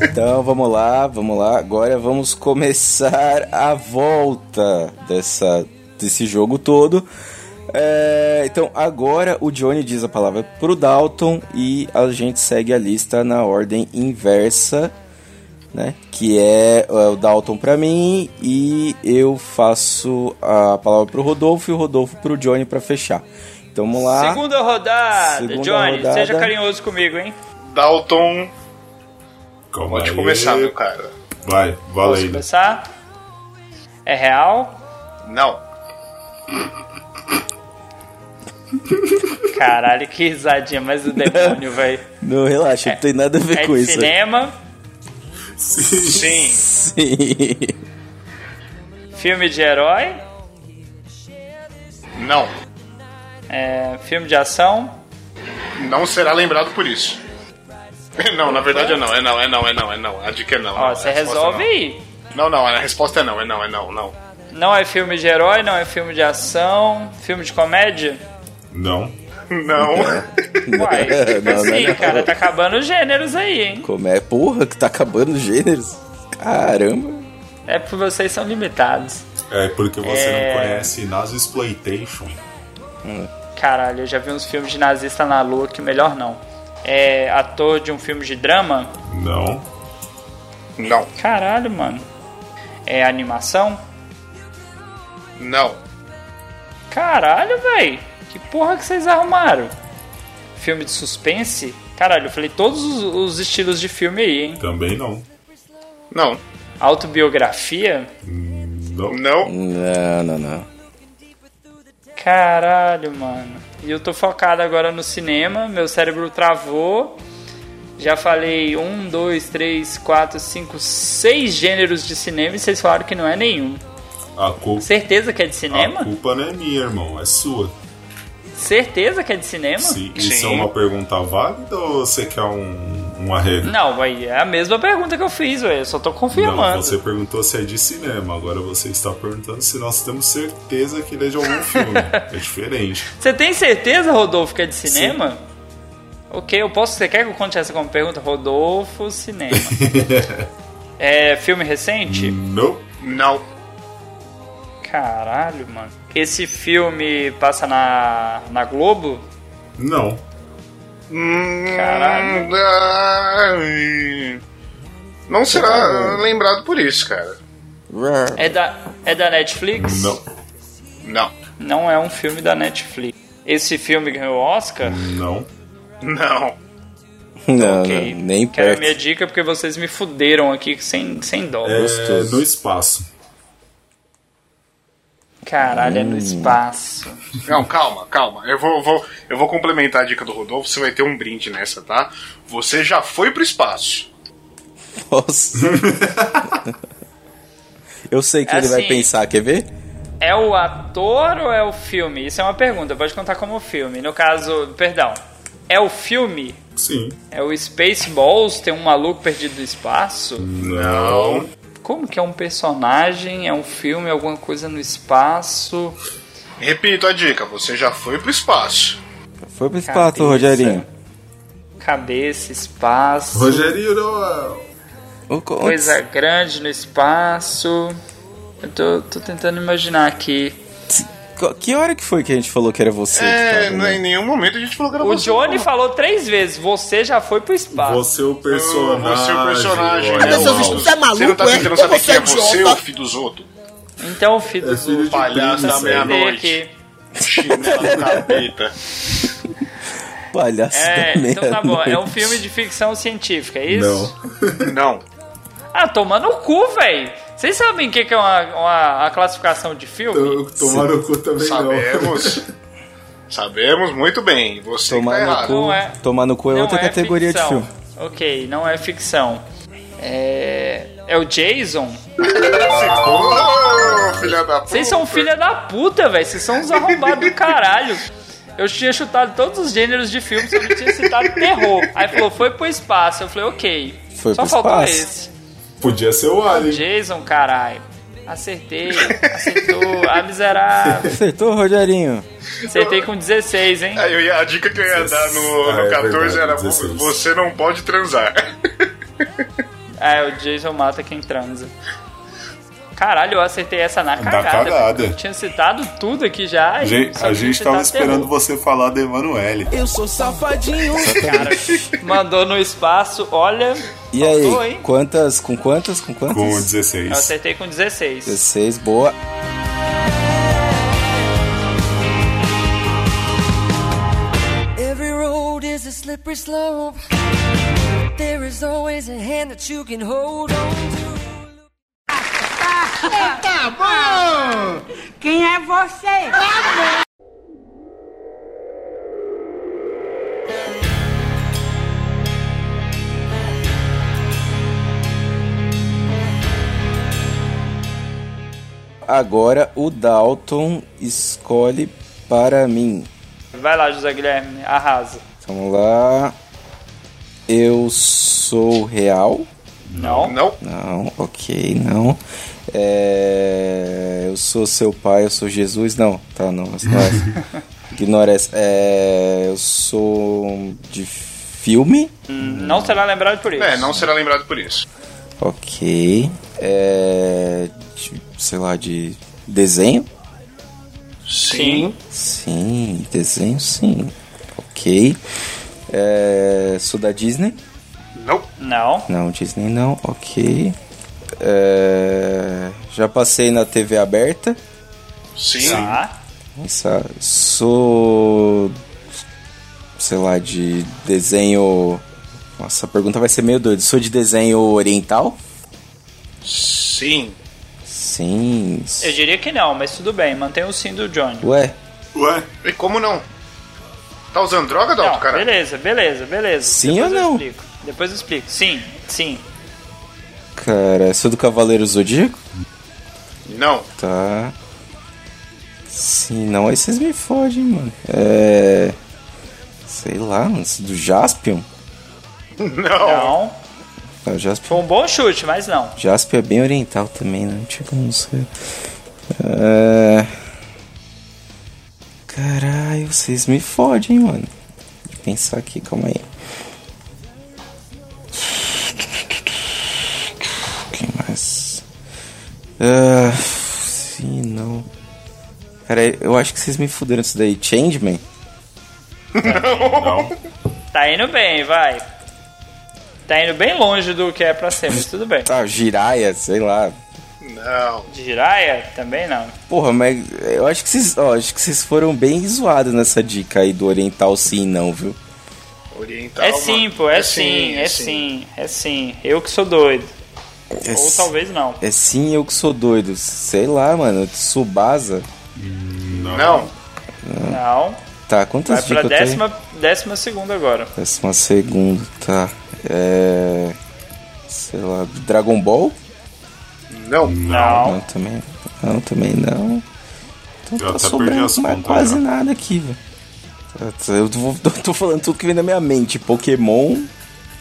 C: Então vamos lá, vamos lá. Agora vamos começar a volta dessa, desse jogo todo. É, então agora o Johnny diz a palavra pro Dalton e a gente segue a lista na ordem inversa, né? Que é, é, o Dalton pra mim e eu faço a palavra pro Rodolfo e o Rodolfo pro Johnny pra fechar. Então vamos lá.
D: Segunda rodada,
C: Segunda
D: Johnny,
C: rodada.
D: seja carinhoso comigo, hein?
F: Dalton,
G: Calma
F: pode
G: aí.
F: começar, meu cara.
G: Vai, fala
D: Posso
G: aí.
D: começar? É real?
F: Não.
D: Caralho, que risadinha, mas o demônio, velho.
C: Não, relaxa, não tem nada a ver
D: É
C: com
D: de
C: isso.
D: cinema,
F: Sim.
C: Sim.
D: filme de herói,
F: Não.
D: é, filme de ação,
F: Não será lembrado por isso. Não, na verdade é não, é não, é não, é não, é não. A dica é não.
D: ó,
F: não,
D: você
F: a resposta é
D: resolve
F: não.
D: aí.
F: Não, não, a resposta é não, é não, é não, não.
D: Não é filme de herói, não é filme de ação, filme de comédia?
G: Não.
F: Não.
D: Uai,
C: Não, não,
D: sim,
C: não.
D: cara, tá acabando os gêneros aí, hein?
C: Como é? Porra, que tá acabando os gêneros. Caramba.
D: É porque vocês são limitados.
G: É porque você
D: É.
G: não conhece Nazi Exploitation.
D: Caralho, eu já vi uns filmes de nazista na lua que melhor não. É ator de um filme de drama?
G: Não.
F: Não.
D: Caralho, mano. É animação?
F: Não.
D: Caralho, véi. Que porra que vocês arrumaram? Filme de suspense? Caralho, eu falei todos os, os estilos de filme aí, hein?
G: Também não.
F: Não.
D: Autobiografia?
G: Não.
F: Não.
C: Não, não, não.
D: Caralho, mano. E eu tô focado agora no cinema, meu cérebro travou. Já falei um, dois, três, quatro, cinco, seis gêneros de cinema e vocês falaram que não é nenhum.
G: A culpa,
D: Certeza que é de
G: a
D: cinema?
G: culpa não é minha, irmão. É sua.
D: Certeza que é de cinema?
G: Se, isso
F: Sim.
G: é uma pergunta válida ou você quer um, um arrego?
D: Não, vai, é a mesma pergunta que eu fiz, ué. Eu só tô confirmando.
G: você perguntou se é de cinema, agora você está perguntando se nós temos certeza que ele é de algum filme. é diferente.
D: Você tem certeza, Rodolfo, que é de cinema? Ok, eu posso. Você quer que eu conte essa como pergunta? Rodolfo, cinema. é filme
G: Hum.
D: recente?
G: Não.
F: Não.
D: Caralho, mano. Esse filme passa na, na Globo?
G: Não.
D: Caralho.
F: Hum, ai. Não será lembrado por isso, cara.
D: É da, é da Netflix?
G: Não.
F: Não.
D: Não é um filme da Netflix. Esse filme ganhou Oscar?
G: Não.
F: Não.
C: Não,
D: Ok.
C: não, nem
D: Quero a
C: perto.
D: minha dica porque vocês me fuderam aqui sem, sem dó.
G: É
C: Gostoso.
G: no espaço.
D: Caralho, é no espaço.
F: Não, calma, calma. Eu vou, vou, eu vou complementar a dica do Rodolfo, você vai ter um brinde nessa, tá? Você já foi pro espaço.
C: Nossa. Eu sei que ele vai
D: Assim.
C: pensar, quer ver?
D: É o ator ou é o filme? Isso é uma pergunta, pode contar como filme. No caso, perdão. É o filme?
G: Sim.
D: É o Spaceballs? Tem um maluco perdido do espaço?
G: Não.
D: Como que é um personagem? É um filme? Alguma coisa no espaço?
F: Repito a dica, você já foi pro espaço.
C: Foi pro espaço,
D: Cabeça.
C: Rogerinho.
D: Cabeça, espaço.
G: Rogerinho Noel.
C: O co-
D: Coisa grande no espaço. Eu tô, tô tentando imaginar aqui.
C: co- Que hora que foi que a gente falou que era você? que
F: É,
C: tava,
F: não-
C: né?
F: em nenhum momento a gente falou que era
D: O
F: você.
D: Johnny falou três vezes: Você já foi pro espaço.
G: Você é o personagem.
F: Você é o personagem.
G: olha
A: Cadê seu
G: lá.
A: visto? Você é
F: Você não
A: maluco,
F: tá
A: é?
F: tentando
A: Ou
F: saber
A: você
F: quem
A: é
F: é você,
A: idiota?
F: ô filho dos outros?
D: Então, filho,
G: É filho de
F: Palhaço da
G: príncipe, é.
F: meia-noite.
D: aqui.
F: Chinelo na capeta.
C: Palhaço
D: É,
C: da
D: então tá bom. É um
C: meia-noite.
D: filme de ficção científica, é isso?
G: Não.
F: Não.
D: Ah, toma no cu, velho. Vocês sabem o que, que é uma, uma- a classificação de filme?
G: Eu- Tomar no cu também não.
F: Sabemos. Sabemos muito bem. Você que tá
C: Tomar no,
F: errado.
C: cu,
D: Não é.
C: tomar no cu é
D: Não
C: outra categoria
D: ficção.
C: de filme.
D: Ok, não é ficção. É, é o Jason?
F: Ô, Ah, filha da puta.
D: Vocês são filha da puta, velho. Vocês são uns arrombados do caralho. Eu tinha chutado todos os gêneros de filmes, eu não tinha citado terror. Aí falou, foi pro espaço. Eu falei, ok.
C: Foi
D: Só
C: pro
D: faltou
C: espaço.
D: esse.
G: Podia ser o Alien.
D: Jason, caralho. Acertei, acertou, ah, miserável.
C: Acertou, Rogerinho?
D: Acertei com 16,
G: É.
D: hein?
F: Aí É, eu ia- a dica que eu ia dar no,
G: Ah,
F: no
G: é
F: 14 era:
G: verdade, 16.
F: você não pode transar.
D: É, o Jason mata quem transa. Caralho, eu acertei essa na
G: Da
D: cagada.
G: cagada.
D: Eu tinha citado tudo aqui já. e
G: Gente,
D: só
G: a
D: tinha
G: gente
D: citado
G: tava
D: terror.
G: esperando você falar da Emanuele.
E: Eu sou safadinho.
C: Cara,
D: Mandou no espaço, olha.
C: e
D: faltou,
C: aí?
D: hein?
C: Quantas? Com quantas? Com quantas?
G: Com o
D: Eu
G: 16.
D: acertei com 16.
C: 16, boa.
H: Every road is a slippery slope. There is always a hand that you can hold on to.
B: Quem é você?
C: Agora o Dalton escolhe para mim. Então,
D: Vai lá, José Guilherme, arrasa.
C: Vamos lá. Eu sou real?
D: Não.
F: Não.
C: Não, ok, não. É, Eu sou seu pai, eu sou Jesus? Não, tá, não, essa não é essa. Ignora essa. É, Eu sou de filme?
D: Não será lembrado por isso.
F: É, não será lembrado por isso.
C: Ok. É, de- sei lá, de desenho?
D: Sim.
C: Sim, desenho sim. Ok. É, sou da Disney?
F: Não.
D: Não.
C: Não, Disney não, ok. É, já passei na TV aberta.
F: Sim.
D: Tá.
C: Nossa, sou. sei lá, de desenho. Nossa, a pergunta vai ser meio doida. Sou de desenho oriental?
F: Sim.
C: Sim.
D: Eu diria que não, mas tudo bem, mantém o sim do Johnny.
C: Ué,
G: Ué,
F: E como não? Tá usando droga, Dalton,
D: Não,
F: cara?
D: beleza, beleza, beleza.
C: Sim
D: Depois
C: ou
D: eu
C: não?
D: explico. Depois eu explico. Sim, sim.
C: cara, sou do Cavaleiro Zodíaco?
F: Não.
C: Tá. Sim, não, aí vocês me fogem, mano. É. Sei lá, mano, sou do Jaspion?
F: Não.
D: Não.
C: Ah, o Jaspion
D: Foi um bom chute, mas não.
C: Jaspe é bem oriental também, né? Não tinha como ser. É... Caralho, vocês me fodem, hein, mano. Deixa eu pensar aqui, calma aí. Quem mais? Ah, sim, não. Cara, eu acho que vocês me fuderam isso daí. Changeman?
G: não.
D: Tá indo bem, vai. Tá indo bem longe do que é pra ser, mas tudo bem.
C: Tá, Jiraya, sei lá.
F: Não.
D: De Jiraya? Também não.
C: Porra, mas eu acho que vocês, ó, acho que vocês foram bem zoados nessa dica aí do oriental sim e não, viu?
F: Oriental.
D: É
F: mano.
D: sim, pô, é sim, é sim, é sim. Eu que sou doido.
C: É
D: Ou
C: s-
D: talvez não.
C: É sim, eu que sou doido. Sei lá, mano. Subasa.
F: Não.
D: Não.
C: Tá,
D: Vai
C: quantas dicas
D: pra
C: eu
D: décima, décima segunda agora.
C: tenho? Décima segunda, tá. É... Sei lá, Dragon Ball?
F: Não.
D: Não.
C: Não, também não. Também não. Então
G: Eu
C: tá
G: até perdi
C: sobrando
G: as
C: mais
G: contas
C: quase
G: já.
C: nada aqui, velho. Tá, tá, Eu tô, tô- tô falando tudo que vem na minha mente. Pokémon? Também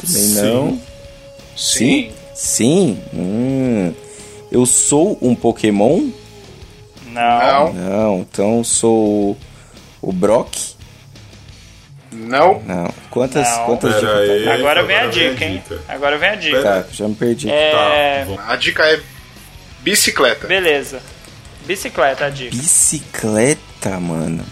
G: Sim.
C: não.
F: Sim.
C: Sim? Hum. Eu sou um Pokémon?
D: Não.
F: Não,
C: Não, então sou o- o Brock?
F: não.
C: Não. Quantas,
D: Não.
C: quantas
G: Pera
C: dicas
G: aí.
D: Agora vem a
G: Agora vem a
D: dica, hein?
G: dica.
D: Agora vem a
C: eu-
D: dica.
C: Tá, já me perdi.
D: É.
G: Tá,
F: A dica é bicicleta.
D: Beleza. Bicicleta, a dica.
C: Bicicleta, mano.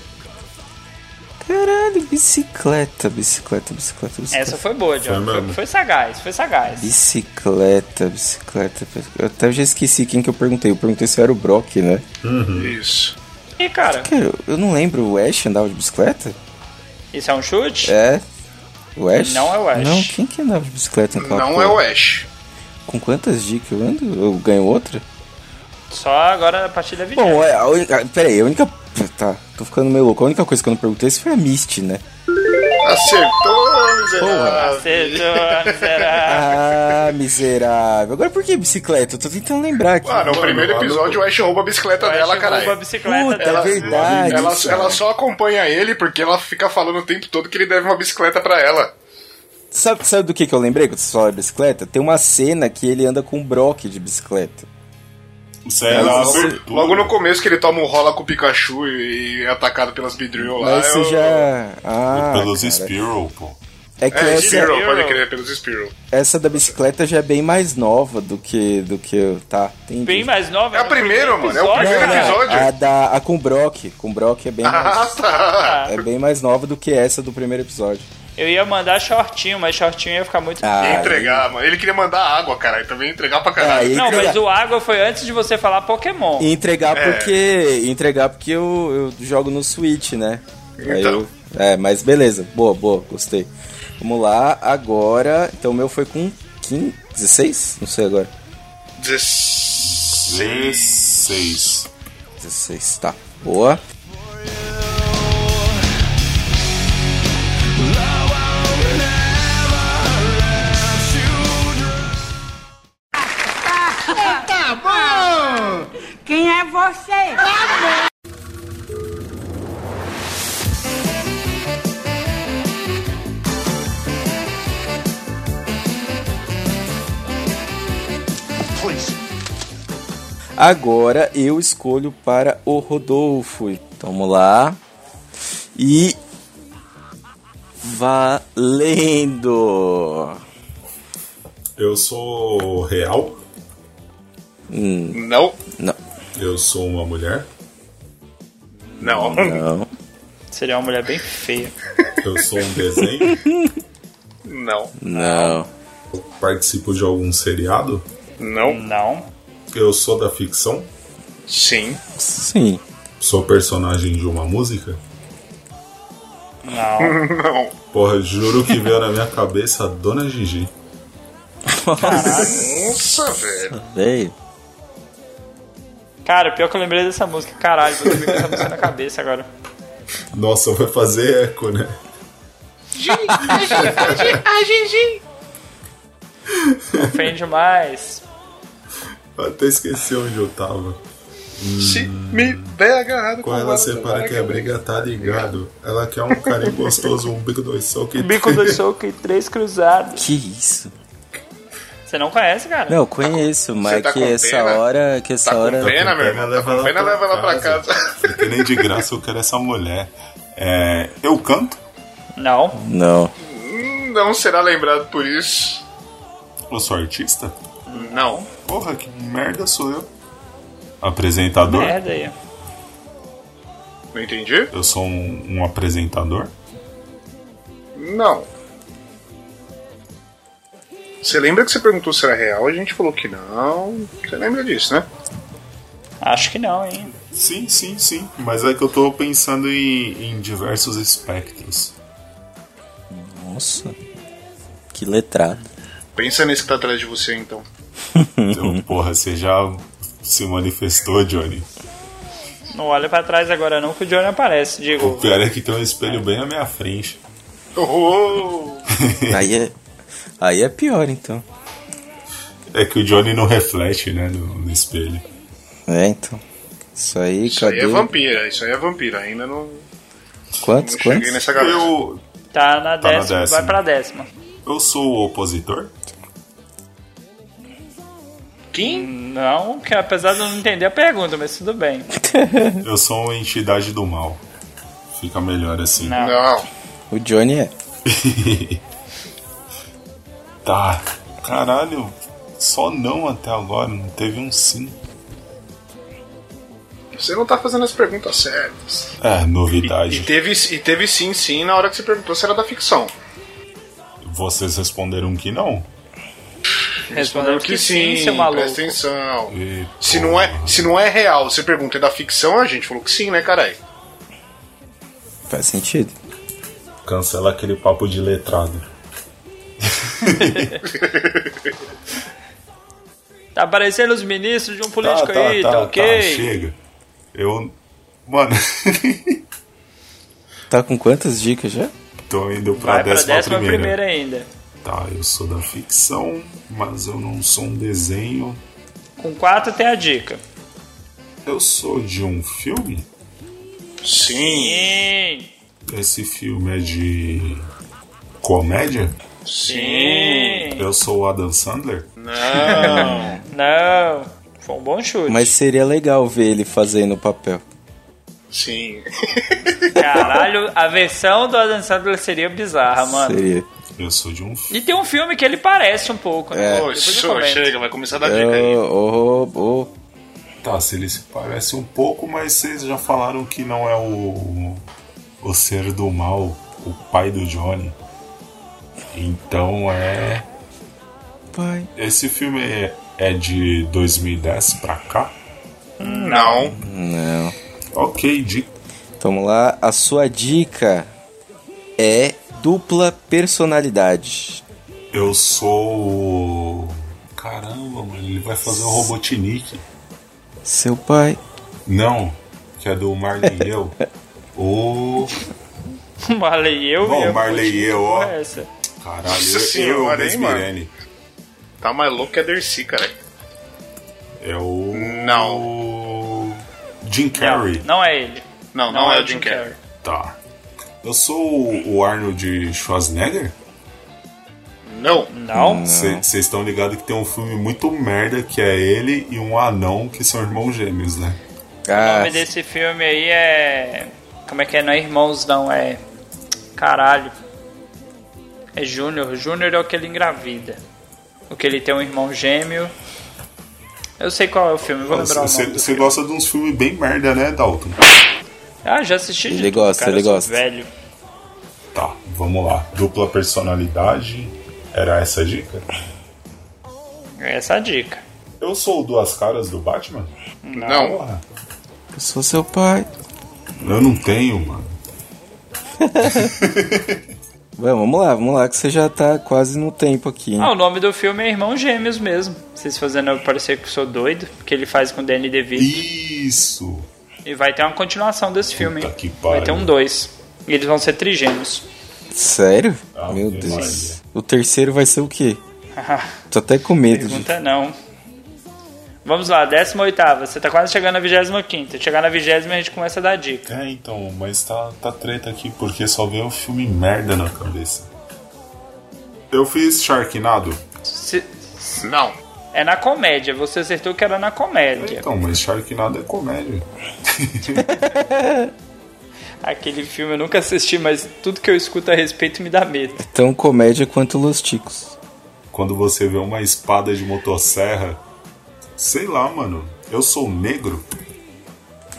C: Caralho, bicicleta, bicicleta, bicicleta, bicicleta.
D: Essa foi boa, John.
G: Foi
D: Foi,
G: mesmo.
D: foi sagaz, foi sagaz.
C: Bicicleta, bicicleta. bicicleta. Eu até já esqueci quem que eu perguntei. Eu perguntei se era o Brock, né?
F: Isso.
D: E cara,
C: Cara, eu- eu não lembro. O Ash andava de bicicleta?
D: isso é um chute?
C: É. O Ash?
D: Não é o Ash.
C: Não, quem que andava de bicicleta em aquela
F: Não
C: porra?
F: é o Ash.
C: Com quantas dicas eu ando? Eu ganho outra?
D: Só agora a partir da vigésima.
C: Bom, é, a única. Pera aí, a única. Tá, tô ficando meio louco. A única coisa que eu não perguntei se foi a Misty, né?
F: Acertou,
D: é.
F: miserável.
D: Acertou, miserável.
C: Ah, miserável. Agora por que bicicleta? Eu tô tentando lembrar aqui.
F: Mano, no primeiro episódio o Ash rouba a bicicleta
D: Ela
F: dela,
D: chegou com a
F: caralho.
D: bicicleta
C: Puta,
D: dela.
C: é verdade.
F: Ela,
C: isso, é.
F: ela
C: mano.
F: só acompanha ele porque ela fica falando o tempo todo que ele deve uma bicicleta pra ela.
C: Sabe, sabe do que, que eu lembrei quando você fala bicicleta? Tem uma cena que ele anda com o Brock de bicicleta.
G: Isso aí era
C: Logo-
G: abertura.
F: Logo no começo que ele toma um rola com o Pikachu e é atacado pelas Beedrill lá.
C: Mas você
F: eu-
C: já. Ah.
G: Pelos
C: cara.
G: Spiral, pô.
C: É que
F: É,
C: essa,
F: Spearow, pode crer, pelos Spearow.
C: essa da bicicleta já é bem mais nova do que. do que. Tá, tem.
D: Bem mais nova.
F: É o
D: no
F: primeiro, mano, é o primeiro
D: cara.
F: episódio.
C: a da. A com o Brock. Com o Brock é bem
F: Ah,
C: mais.
F: tá.
C: É bem mais nova do que essa do primeiro episódio.
D: Eu ia mandar shortinho, mas shortinho ia ficar muito...
C: Ah,
F: Ia entregar, mano. Ele queria mandar água, cara. Ele também ia entregar pra caralho.
C: É,
D: Não,
C: entregar.
D: mas o água foi antes de você falar Pokémon.
C: E entregar
F: É.
C: porque. Entregar porque eu, eu jogo no Switch, né? Aí
F: Então.
C: eu- é, mas beleza. Boa, boa, gostei. Vamos lá, agora. Então o meu foi com 15, 16? Não sei agora.
F: 16.
G: 16.
C: 16, tá. Boa.
B: Quem é você?
C: Agora eu escolho para o Rodolfo. Então vamos lá. E. Valendo!
G: Eu sou real.
F: Não,
C: Não,
G: Eu sou uma mulher.
F: não.
C: não.
D: Seria uma mulher bem feia.
G: Eu sou um desenho.
F: Não,
C: Não.
G: Eu participo de algum seriado.
F: não.
D: Não.
G: Eu sou da ficção.
F: Sim,
C: Sim.
G: Sou personagem de uma música.
D: Não.
F: não.
G: Porra, juro que veio na minha cabeça a Dona Gigi.
F: Nossa, velho.
C: Veio.
D: Cara, pior que eu lembrei dessa música. Caralho, vou dormir com essa música na cabeça agora.
G: Nossa, vai fazer eco, né?
D: Ofende mais.
G: Até esqueci onde eu tava.
F: Se me der agarrado com
G: Com ela
F: ela,
G: separa
F: vai
G: que a briga tá ligado. Ela quer um carinho gostoso, um bico dois socos. e-
D: Bico do soco e três cruzados.
C: Que isso?
D: Você não conhece, cara?
C: Não, eu conheço, mas
F: tá
C: que
F: com
C: essa
F: pena?
C: hora. Que essa
F: Tá com
C: hora.
F: pena, meu irmão. Tá
G: Pena, leva
F: com
G: ela
F: pena,
G: pra
F: leva ela pra casa.
G: Porque nem de graça eu quero essa mulher. É, eu canto,
D: Não.
C: Não.
F: Não será lembrado por isso.
G: eu sou artista.
F: Não.
G: Porra, que merda sou eu. Apresentador,
D: Merda aí.
F: Não entendi?
G: eu sou um, um apresentador.
F: Não. Você lembra que você perguntou se era real? A gente falou que não. Você lembra disso, né?
D: Acho que não, hein?
G: Sim, sim, sim. Mas é que eu tô pensando em, em diversos espectros.
C: Nossa. Que letrado.
F: Pensa nesse que tá atrás de você, então. Uhum.
G: Então, porra, você já se manifestou, Johnny.
D: Não olha pra trás agora não que o Johnny aparece.
G: O
F: Tá.
D: Digo,
G: pior é que tem um espelho bem à minha frente.
F: Oh!
C: Aí é. Aí é pior, então.
G: É que o Johnny não reflete, né, no, no espelho.
C: É, então. Isso aí,
F: Isso aí
C: cadê?
F: é vampira, isso aí é vampira. Ainda não, não
C: quantos,
F: cheguei
C: quantos?
F: nessa galera.
G: Eu,
D: tá na
G: Tá na
D: décima,
G: décima.
D: vai pra décima.
G: eu sou o opositor?
F: Quem?
D: Não, que apesar de eu não entender a pergunta, mas tudo bem.
G: Eu sou uma entidade do mal. Fica melhor assim.
D: Não.
F: Não.
C: O Johnny é.
G: Tá. Caralho, só não até agora, não teve um sim.
F: Você não tá fazendo as perguntas certas.
G: É,
F: E,
G: novidade.
F: e teve, e teve sim, sim, na hora que você perguntou se era da ficção.
G: Vocês responderam que não?
D: Respondendo que sim, seu maluco.
F: presta atenção.
G: E,
F: Se não, é, se não é real, você pergunta, é da ficção? A gente falou que sim, né, caralho?
C: Faz sentido.
G: Cancela aquele papo de letrado.
D: Tá aparecendo os ministros de um político aí, tá, ok?
G: chega. Eu. Mano,
C: Tá com quantas dicas já?
G: tô indo pra
D: Vai pra
G: décima,
D: décima
G: primeira.
D: primeira ainda.
G: Tá, eu sou da ficção, mas eu não sou um desenho.
D: Com quatro tem a dica.
G: Eu sou de um filme?
F: Sim.
D: Sim,
G: Esse filme é de. comédia?
D: sim.
G: Eu sou o Adam Sandler?
F: Não.
D: Não, foi um bom chute.
C: Mas seria legal ver ele fazendo o papel.
F: sim.
D: É. Caralho, a versão do Adam Sandler seria
F: Ah,
D: bizarra, mano.
C: Seria.
G: Eu sou de um filme.
D: E tem um filme que ele parece um pouco,
C: É.
D: né?
F: Ô,
D: Depois eu
F: isso,
D: comento.
F: chega, vai começar a dar dica aí.
C: Oh, oh, oh.
G: Tá, se ele se parece um pouco, mas vocês já falaram que não é o. o ser do mal, o pai do Johnny. Então é.
C: Pai.
G: Esse filme é, é de 2010 pra cá?
F: Não.
C: Não.
G: Ok, de.
C: Então, Vamos lá. A sua dica é dupla personalidade.
G: Eu sou. o- Caramba, mano, ele vai fazer o Robotnik.
C: Seu pai.
G: Não, que é do Marley e eu. O.
D: Marley e eu.
G: Bom,
D: e eu
G: Marley e eu, ó.
D: Porra é essa?
G: Caralho,
F: Nossa
G: eu- eu,
F: senhora,
G: eu,
F: hein, mano?
G: Mirene.
F: Tá mais louco que a Dercy, caralho.
G: É o.
F: Não.
G: O. Jim
D: Não,
G: Carrey.
D: não é ele.
F: Não, não, é o Jim Carrey.
G: Tá. Eu sou o- o Arnold Schwarzenegger?
F: Não.
C: Hum.
D: Não?
G: Vocês estão ligados que tem um filme muito merda que é ele e um anão que são irmãos gêmeos, né?
D: O
C: Ah,
D: nome desse filme aí é. Como é que é? Não é Irmãos, não. É. Caralho. É Júnior. Júnior é o que ele engravida. O que ele tem um irmão gêmeo. Eu sei qual é o filme, vou lembrar o nome. do
G: Você
D: filme.
G: gosta de uns filmes bem merda, né, Dalton?
D: Ah, já assisti de
C: Ele
D: tudo,
C: gosta,
D: cara,
C: ele
D: eu sou
C: gosta.
D: velho.
G: Tá, vamos lá. Dupla personalidade. Era essa a dica?
D: Essa é a dica.
G: Eu sou o Duas Caras do Batman?
F: Não.
G: Porra,
C: eu sou seu pai.
G: eu não tenho, mano.
C: Vamos, vamos lá, vamos lá, que você já tá quase no tempo aqui. Hein?
D: Ah, o nome do filme é Irmão Gêmeos mesmo. Vocês fazendo eu parecer que eu sou doido, que ele faz com o Danny DeVito.
G: Isso!
D: E vai ter uma continuação desse filme,
G: Puta
D: hein?
G: que
D: Vai ter
G: pariu.
D: um dois. E eles vão ser trigêmeos.
C: Sério?
G: Ah,
C: Meu
G: que
C: Deus.
G: maravilha.
C: O terceiro vai ser o quê? Tô até com medo. gente.
D: Pergunta não. Vamos lá, 18. Você tá quase chegando na 25. Chegar na 20 a gente começa a dar dica.
G: É, então, mas tá, tá treta aqui porque só veio um filme merda na cabeça. Eu fiz Sharknado?
D: Se-
F: Não.
D: é na comédia, você acertou que era na comédia.
G: Então, mas Sharknado é comédia.
D: Aquele filme eu nunca assisti, mas tudo que eu escuto a respeito me dá medo.
C: Tão comédia quanto Los Ticos.
G: Quando você vê uma espada de motosserra, sei lá, mano. Eu sou negro?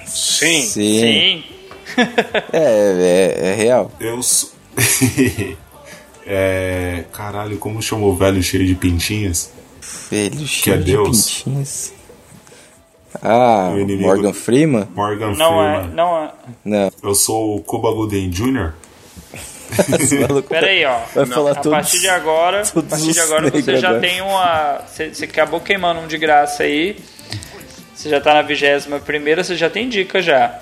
F: Sim.
D: Sim.
C: É, é, é real.
G: Eu sou. é. Caralho, como chamou o velho cheio de pintinhas?
C: Velho cheio de
G: é Deus.
C: pintinhos. Ah,
G: O inimigo-
C: Morgan Freeman?
G: Morgan
D: Não é,
G: Freeman.
D: não é.
C: Não.
G: Eu sou o Cuba Gooding Jr.
C: Esse maluco
D: Pera aí, ó.
C: Vai falar
D: a
C: todos-
D: partir de agora, a
C: todos
D: partir
C: os
D: de agora você
C: negros
D: já
C: agora.
D: tem uma. Você você acabou queimando um de graça aí. Você já tá na 21 primeira, você já tem dica já.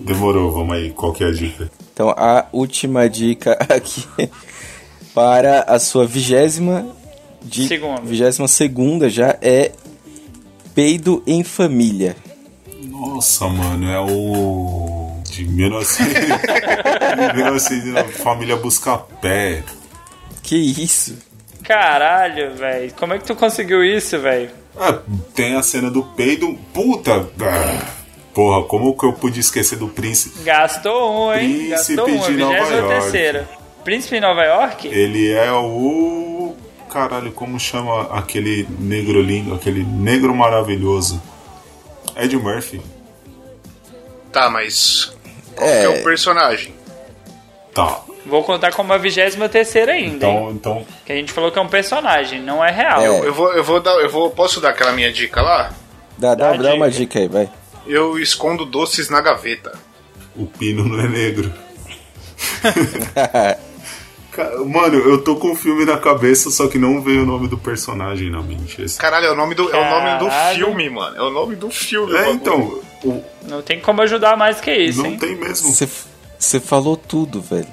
G: Demorou, vamos aí, qual que é a dica?
C: Então, a última dica aqui para a sua vigésima dica.
D: Segunda.
C: Vigésima segunda já é peido em família.
G: Nossa, mano, é o. De 1900. de 1900 família Buscapé.
C: Que isso?
D: Caralho, velho. Como é que tu conseguiu isso, velho?
G: Ah, tem a cena do peido. Puta! ah, Porra, como que eu pude esquecer do príncipe?
D: Gastou um, hein?
G: Príncipe
D: Gastou um,
G: de Nova
D: 23 Príncipe em Nova York?
G: Ele é o. Caralho, como chama aquele negro lindo, aquele negro maravilhoso? Ed Murphy.
F: Tá, mas. Qual
C: É.
F: que é o personagem?
G: Tá.
D: Vou contar como a 23 terceira ainda, hein?
G: Então, então
D: Que a gente falou que é um personagem, não é real.
C: É.
F: Eu vou, eu vou dar. Eu vou. Posso dar aquela minha dica lá?
C: Dá, dá,
D: Dá
C: dá uma
D: dica.
C: dica aí, vai.
F: Eu escondo doces na gaveta.
G: o pino não é negro. Ca- Mano, eu tô com o filme na cabeça, só que não veio o nome do personagem na mente. Esse-
F: Caralho, é o nome do, é o nome do
D: Caralho.
F: filme, mano. É o nome do filme. o
G: É,
F: bagulho.
G: então, o-
D: Não tem como ajudar mais que isso,
G: não
D: hein?
G: tem mesmo.
C: Você você falou tudo, velho.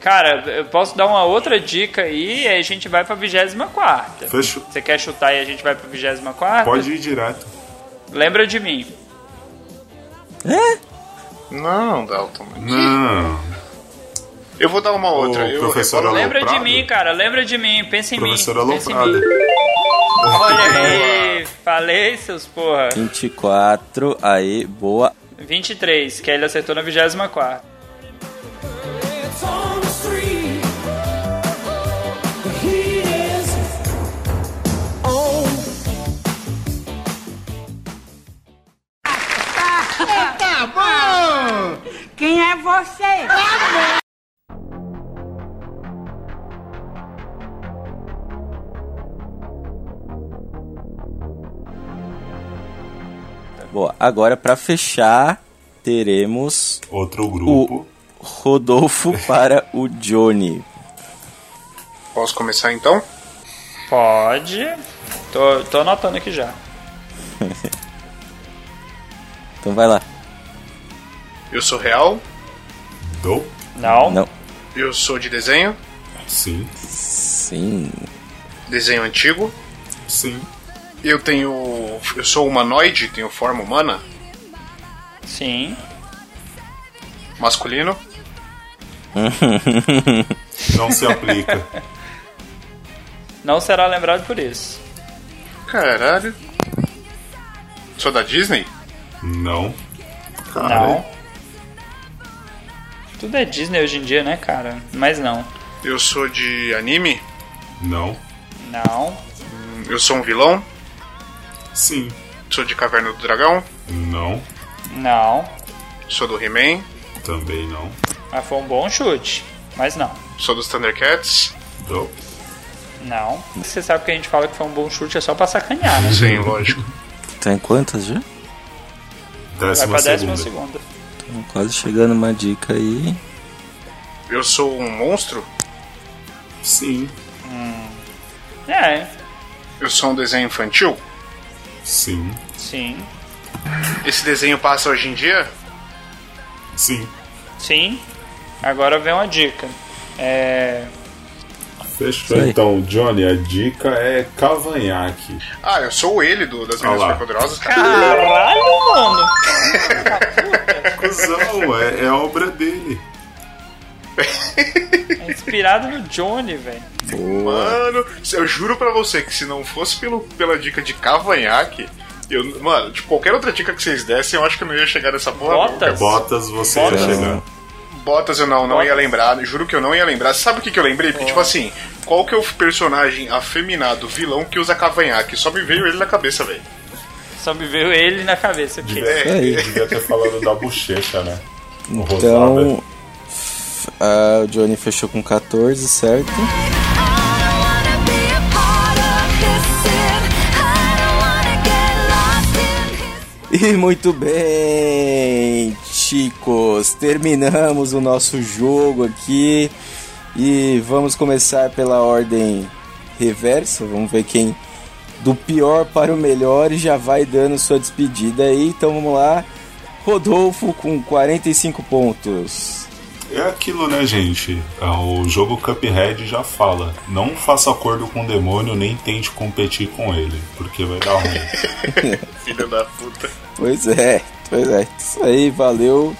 D: Cara, eu posso dar uma outra dica aí e aí a gente vai pra 24.
G: Fechou.
D: Você quer chutar e a gente vai pra 24?
G: Pode ir direto.
D: Lembra de mim.
F: Não, Dalton.
G: Não.
F: Eu vou dar uma outra.
G: Ô,
F: eu,
G: professora
F: eu-
D: Lembra de
G: Aloprado?
D: mim, cara. Lembra de mim. Pensa em
G: Professora
D: mim. Pensa em
G: Aloprada.
D: mim. Olha aí. Falei, seus porra.
C: 24, aí, boa.
D: 23, que ele acertou na 24.
E: It's on the street. The heat is on.
B: Quem é você?
C: Boa. Agora, pra fechar, teremos
G: Outro grupo.
C: Rodolfo para o Johnny.
F: Posso começar então?
D: Pode. Tô, tô anotando aqui já.
C: Então vai lá.
F: Eu sou real,
G: Do?
D: Não.
C: Não.
F: eu sou de desenho,
G: Sim.
C: Sim.
F: desenho antigo.
G: Sim.
F: Eu tenho. Eu sou humanoide, tenho forma humana,
D: Sim.
F: masculino.
G: Não se aplica.
D: Não será lembrado por isso.
F: Caralho. Sou da Disney?
G: não.
D: não. Tudo é Disney hoje em dia, né, cara? Mas não.
F: Eu sou de anime?
G: Não.
D: Não.
F: Eu sou um vilão?
G: Sim.
F: Sou de Caverna do Dragão?
G: Não.
D: Não.
F: Sou do He-Man?
G: Também não.
D: Mas foi um bom chute. Mas não.
F: Sou dos Thundercats?
G: Do?
D: Não. Você sabe que a gente fala que foi um bom chute é só pra sacanear, né?
F: Sim, lógico.
C: Tá em quantas já?
D: Vai
G: Décima
D: pra
G: segunda.
D: décima segunda.
C: Tô quase chegando uma dica aí.
F: Eu sou um monstro?
G: Sim.
D: É,
F: Eu sou um desenho infantil?
G: Sim.
D: sim.
F: Esse desenho passa hoje em dia?
G: Sim.
D: Sim. Agora vem uma dica. É.
G: Fechou.
C: Isso aí.
G: Então, Johnny, a dica é cavanhaque.
F: Ah, eu sou ele do, das
G: Ah lá.
F: Meninas Superpoderosas, cara.
D: Caralho, mano!
G: Cusão, é, é obra dele.
D: É inspirado no Johnny, velho.
F: Mano, eu juro pra você que se não fosse pelo, pela dica de cavanhaque, eu, mano, de qualquer outra dica que vocês dessem, eu acho que eu não ia chegar nessa porra. não, cara.
D: Botas?
G: Botas você
D: Botas.
G: ia chegar.
F: Botas eu não, não ia lembrar, juro que eu não ia lembrar. Sabe o que, que eu lembrei? Porque, tipo assim, qual que é o personagem afeminado, vilão que usa cavanhaque? Só me veio ele na cabeça, velho.
D: Só me veio ele na cabeça aqui.
C: É Isso aí.
G: É, Ele devia ter falado da bochecha, né? O
C: Então.
G: Rosada.
C: f- ah, o Johnny fechou com 14, certo? E muito bem, chicos, terminamos o nosso jogo aqui e vamos começar pela ordem reversa. Vamos ver quem do pior para o melhor e já vai dando sua despedida aí. Então vamos lá, Rodolfo com 45 pontos.
G: É aquilo, né, gente? Ah, O jogo Cuphead já fala. Não faça acordo com o demônio, nem tente competir com ele, porque vai dar ruim.
F: Filha da puta.
C: Pois é, pois é, isso aí, valeu.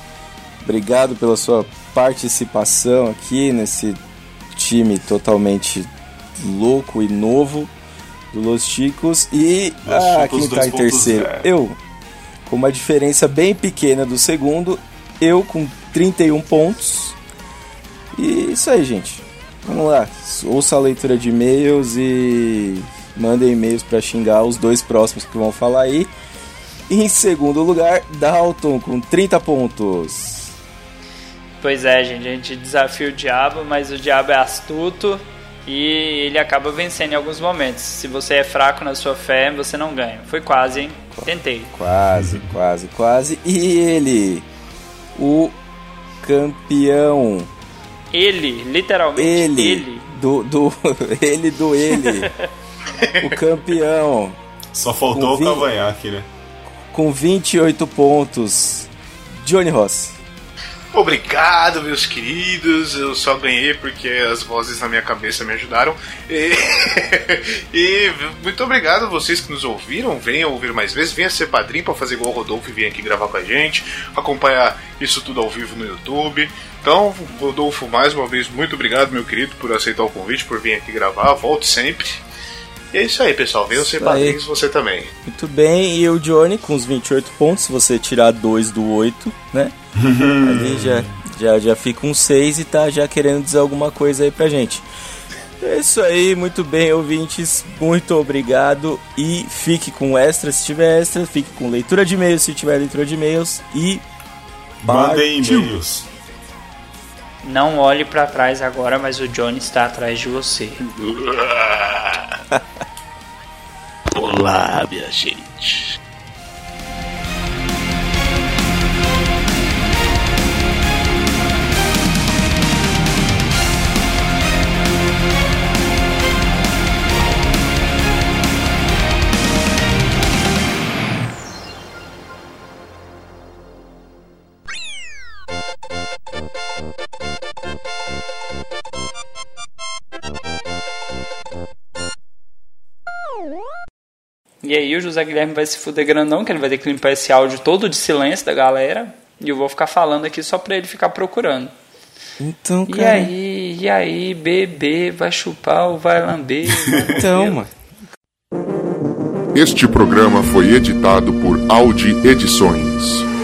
C: Obrigado pela sua participação aqui nesse time totalmente louco e novo do Los Chicos. E
G: Los
C: ah,
G: Chicos
C: quem tá em
G: 2.0.
C: terceiro? Eu. com uma diferença bem pequena do segundo. Eu com 31 pontos. E isso aí, gente. Vamos lá. Ouça a leitura de e-mails e mandem e-mails pra xingar os dois próximos que vão falar aí. Em segundo lugar, Dalton com 30 pontos.
D: Pois é, gente, a gente desafia o diabo, mas o diabo é astuto e ele acaba vencendo em alguns momentos. Se você é fraco na sua fé, você não ganha. Foi quase, hein? Tentei.
C: Quase, quase, quase. E ele, o campeão.
D: Ele, literalmente
C: Ele.
D: ele.
C: Do, do, ele do ele. o campeão.
G: Só faltou
C: Com
G: o
C: vinho.
G: cavanhaque, né?
C: Com 28 pontos. Johnny Ross.
F: Obrigado, meus queridos. Eu só ganhei porque as vozes na minha cabeça me ajudaram. E, e muito obrigado a vocês que nos ouviram. Venham ouvir mais vezes. Venha ser padrinho para fazer igual o Rodolfo e vir aqui gravar com a gente. Acompanhar isso tudo ao vivo no YouTube. Então, Rodolfo, mais uma vez, muito obrigado, meu querido, por aceitar o convite, por vir aqui gravar. Volte sempre. E é isso aí, pessoal. Venham ser
C: Isso aí.
F: padrinhos você também.
C: Muito bem, e o Johnny com os 28 pontos, se você tirar 2 do 8, né? Ali já, já, já fica um 6 e tá já querendo dizer alguma coisa aí pra gente. É isso aí, muito bem, ouvintes, muito obrigado e fique com extra se tiver extra, fique com leitura de e-mails se tiver leitura de e-mails e
G: Mandem
C: Partiu.
G: e-mails.
D: Não olhe pra trás agora, mas o Johnny está atrás de você.
I: Olá, minha gente.
D: E aí o José Guilherme vai se fuder grandão, que ele vai ter que limpar esse áudio todo de silêncio da galera. E eu vou ficar falando aqui só pra ele ficar procurando.
C: então,
D: E aí, e aí, bebê, vai chupar ou vai lamber? Vai
C: então,
D: morder?
C: mano.
A: Este programa foi editado por Audi Edições.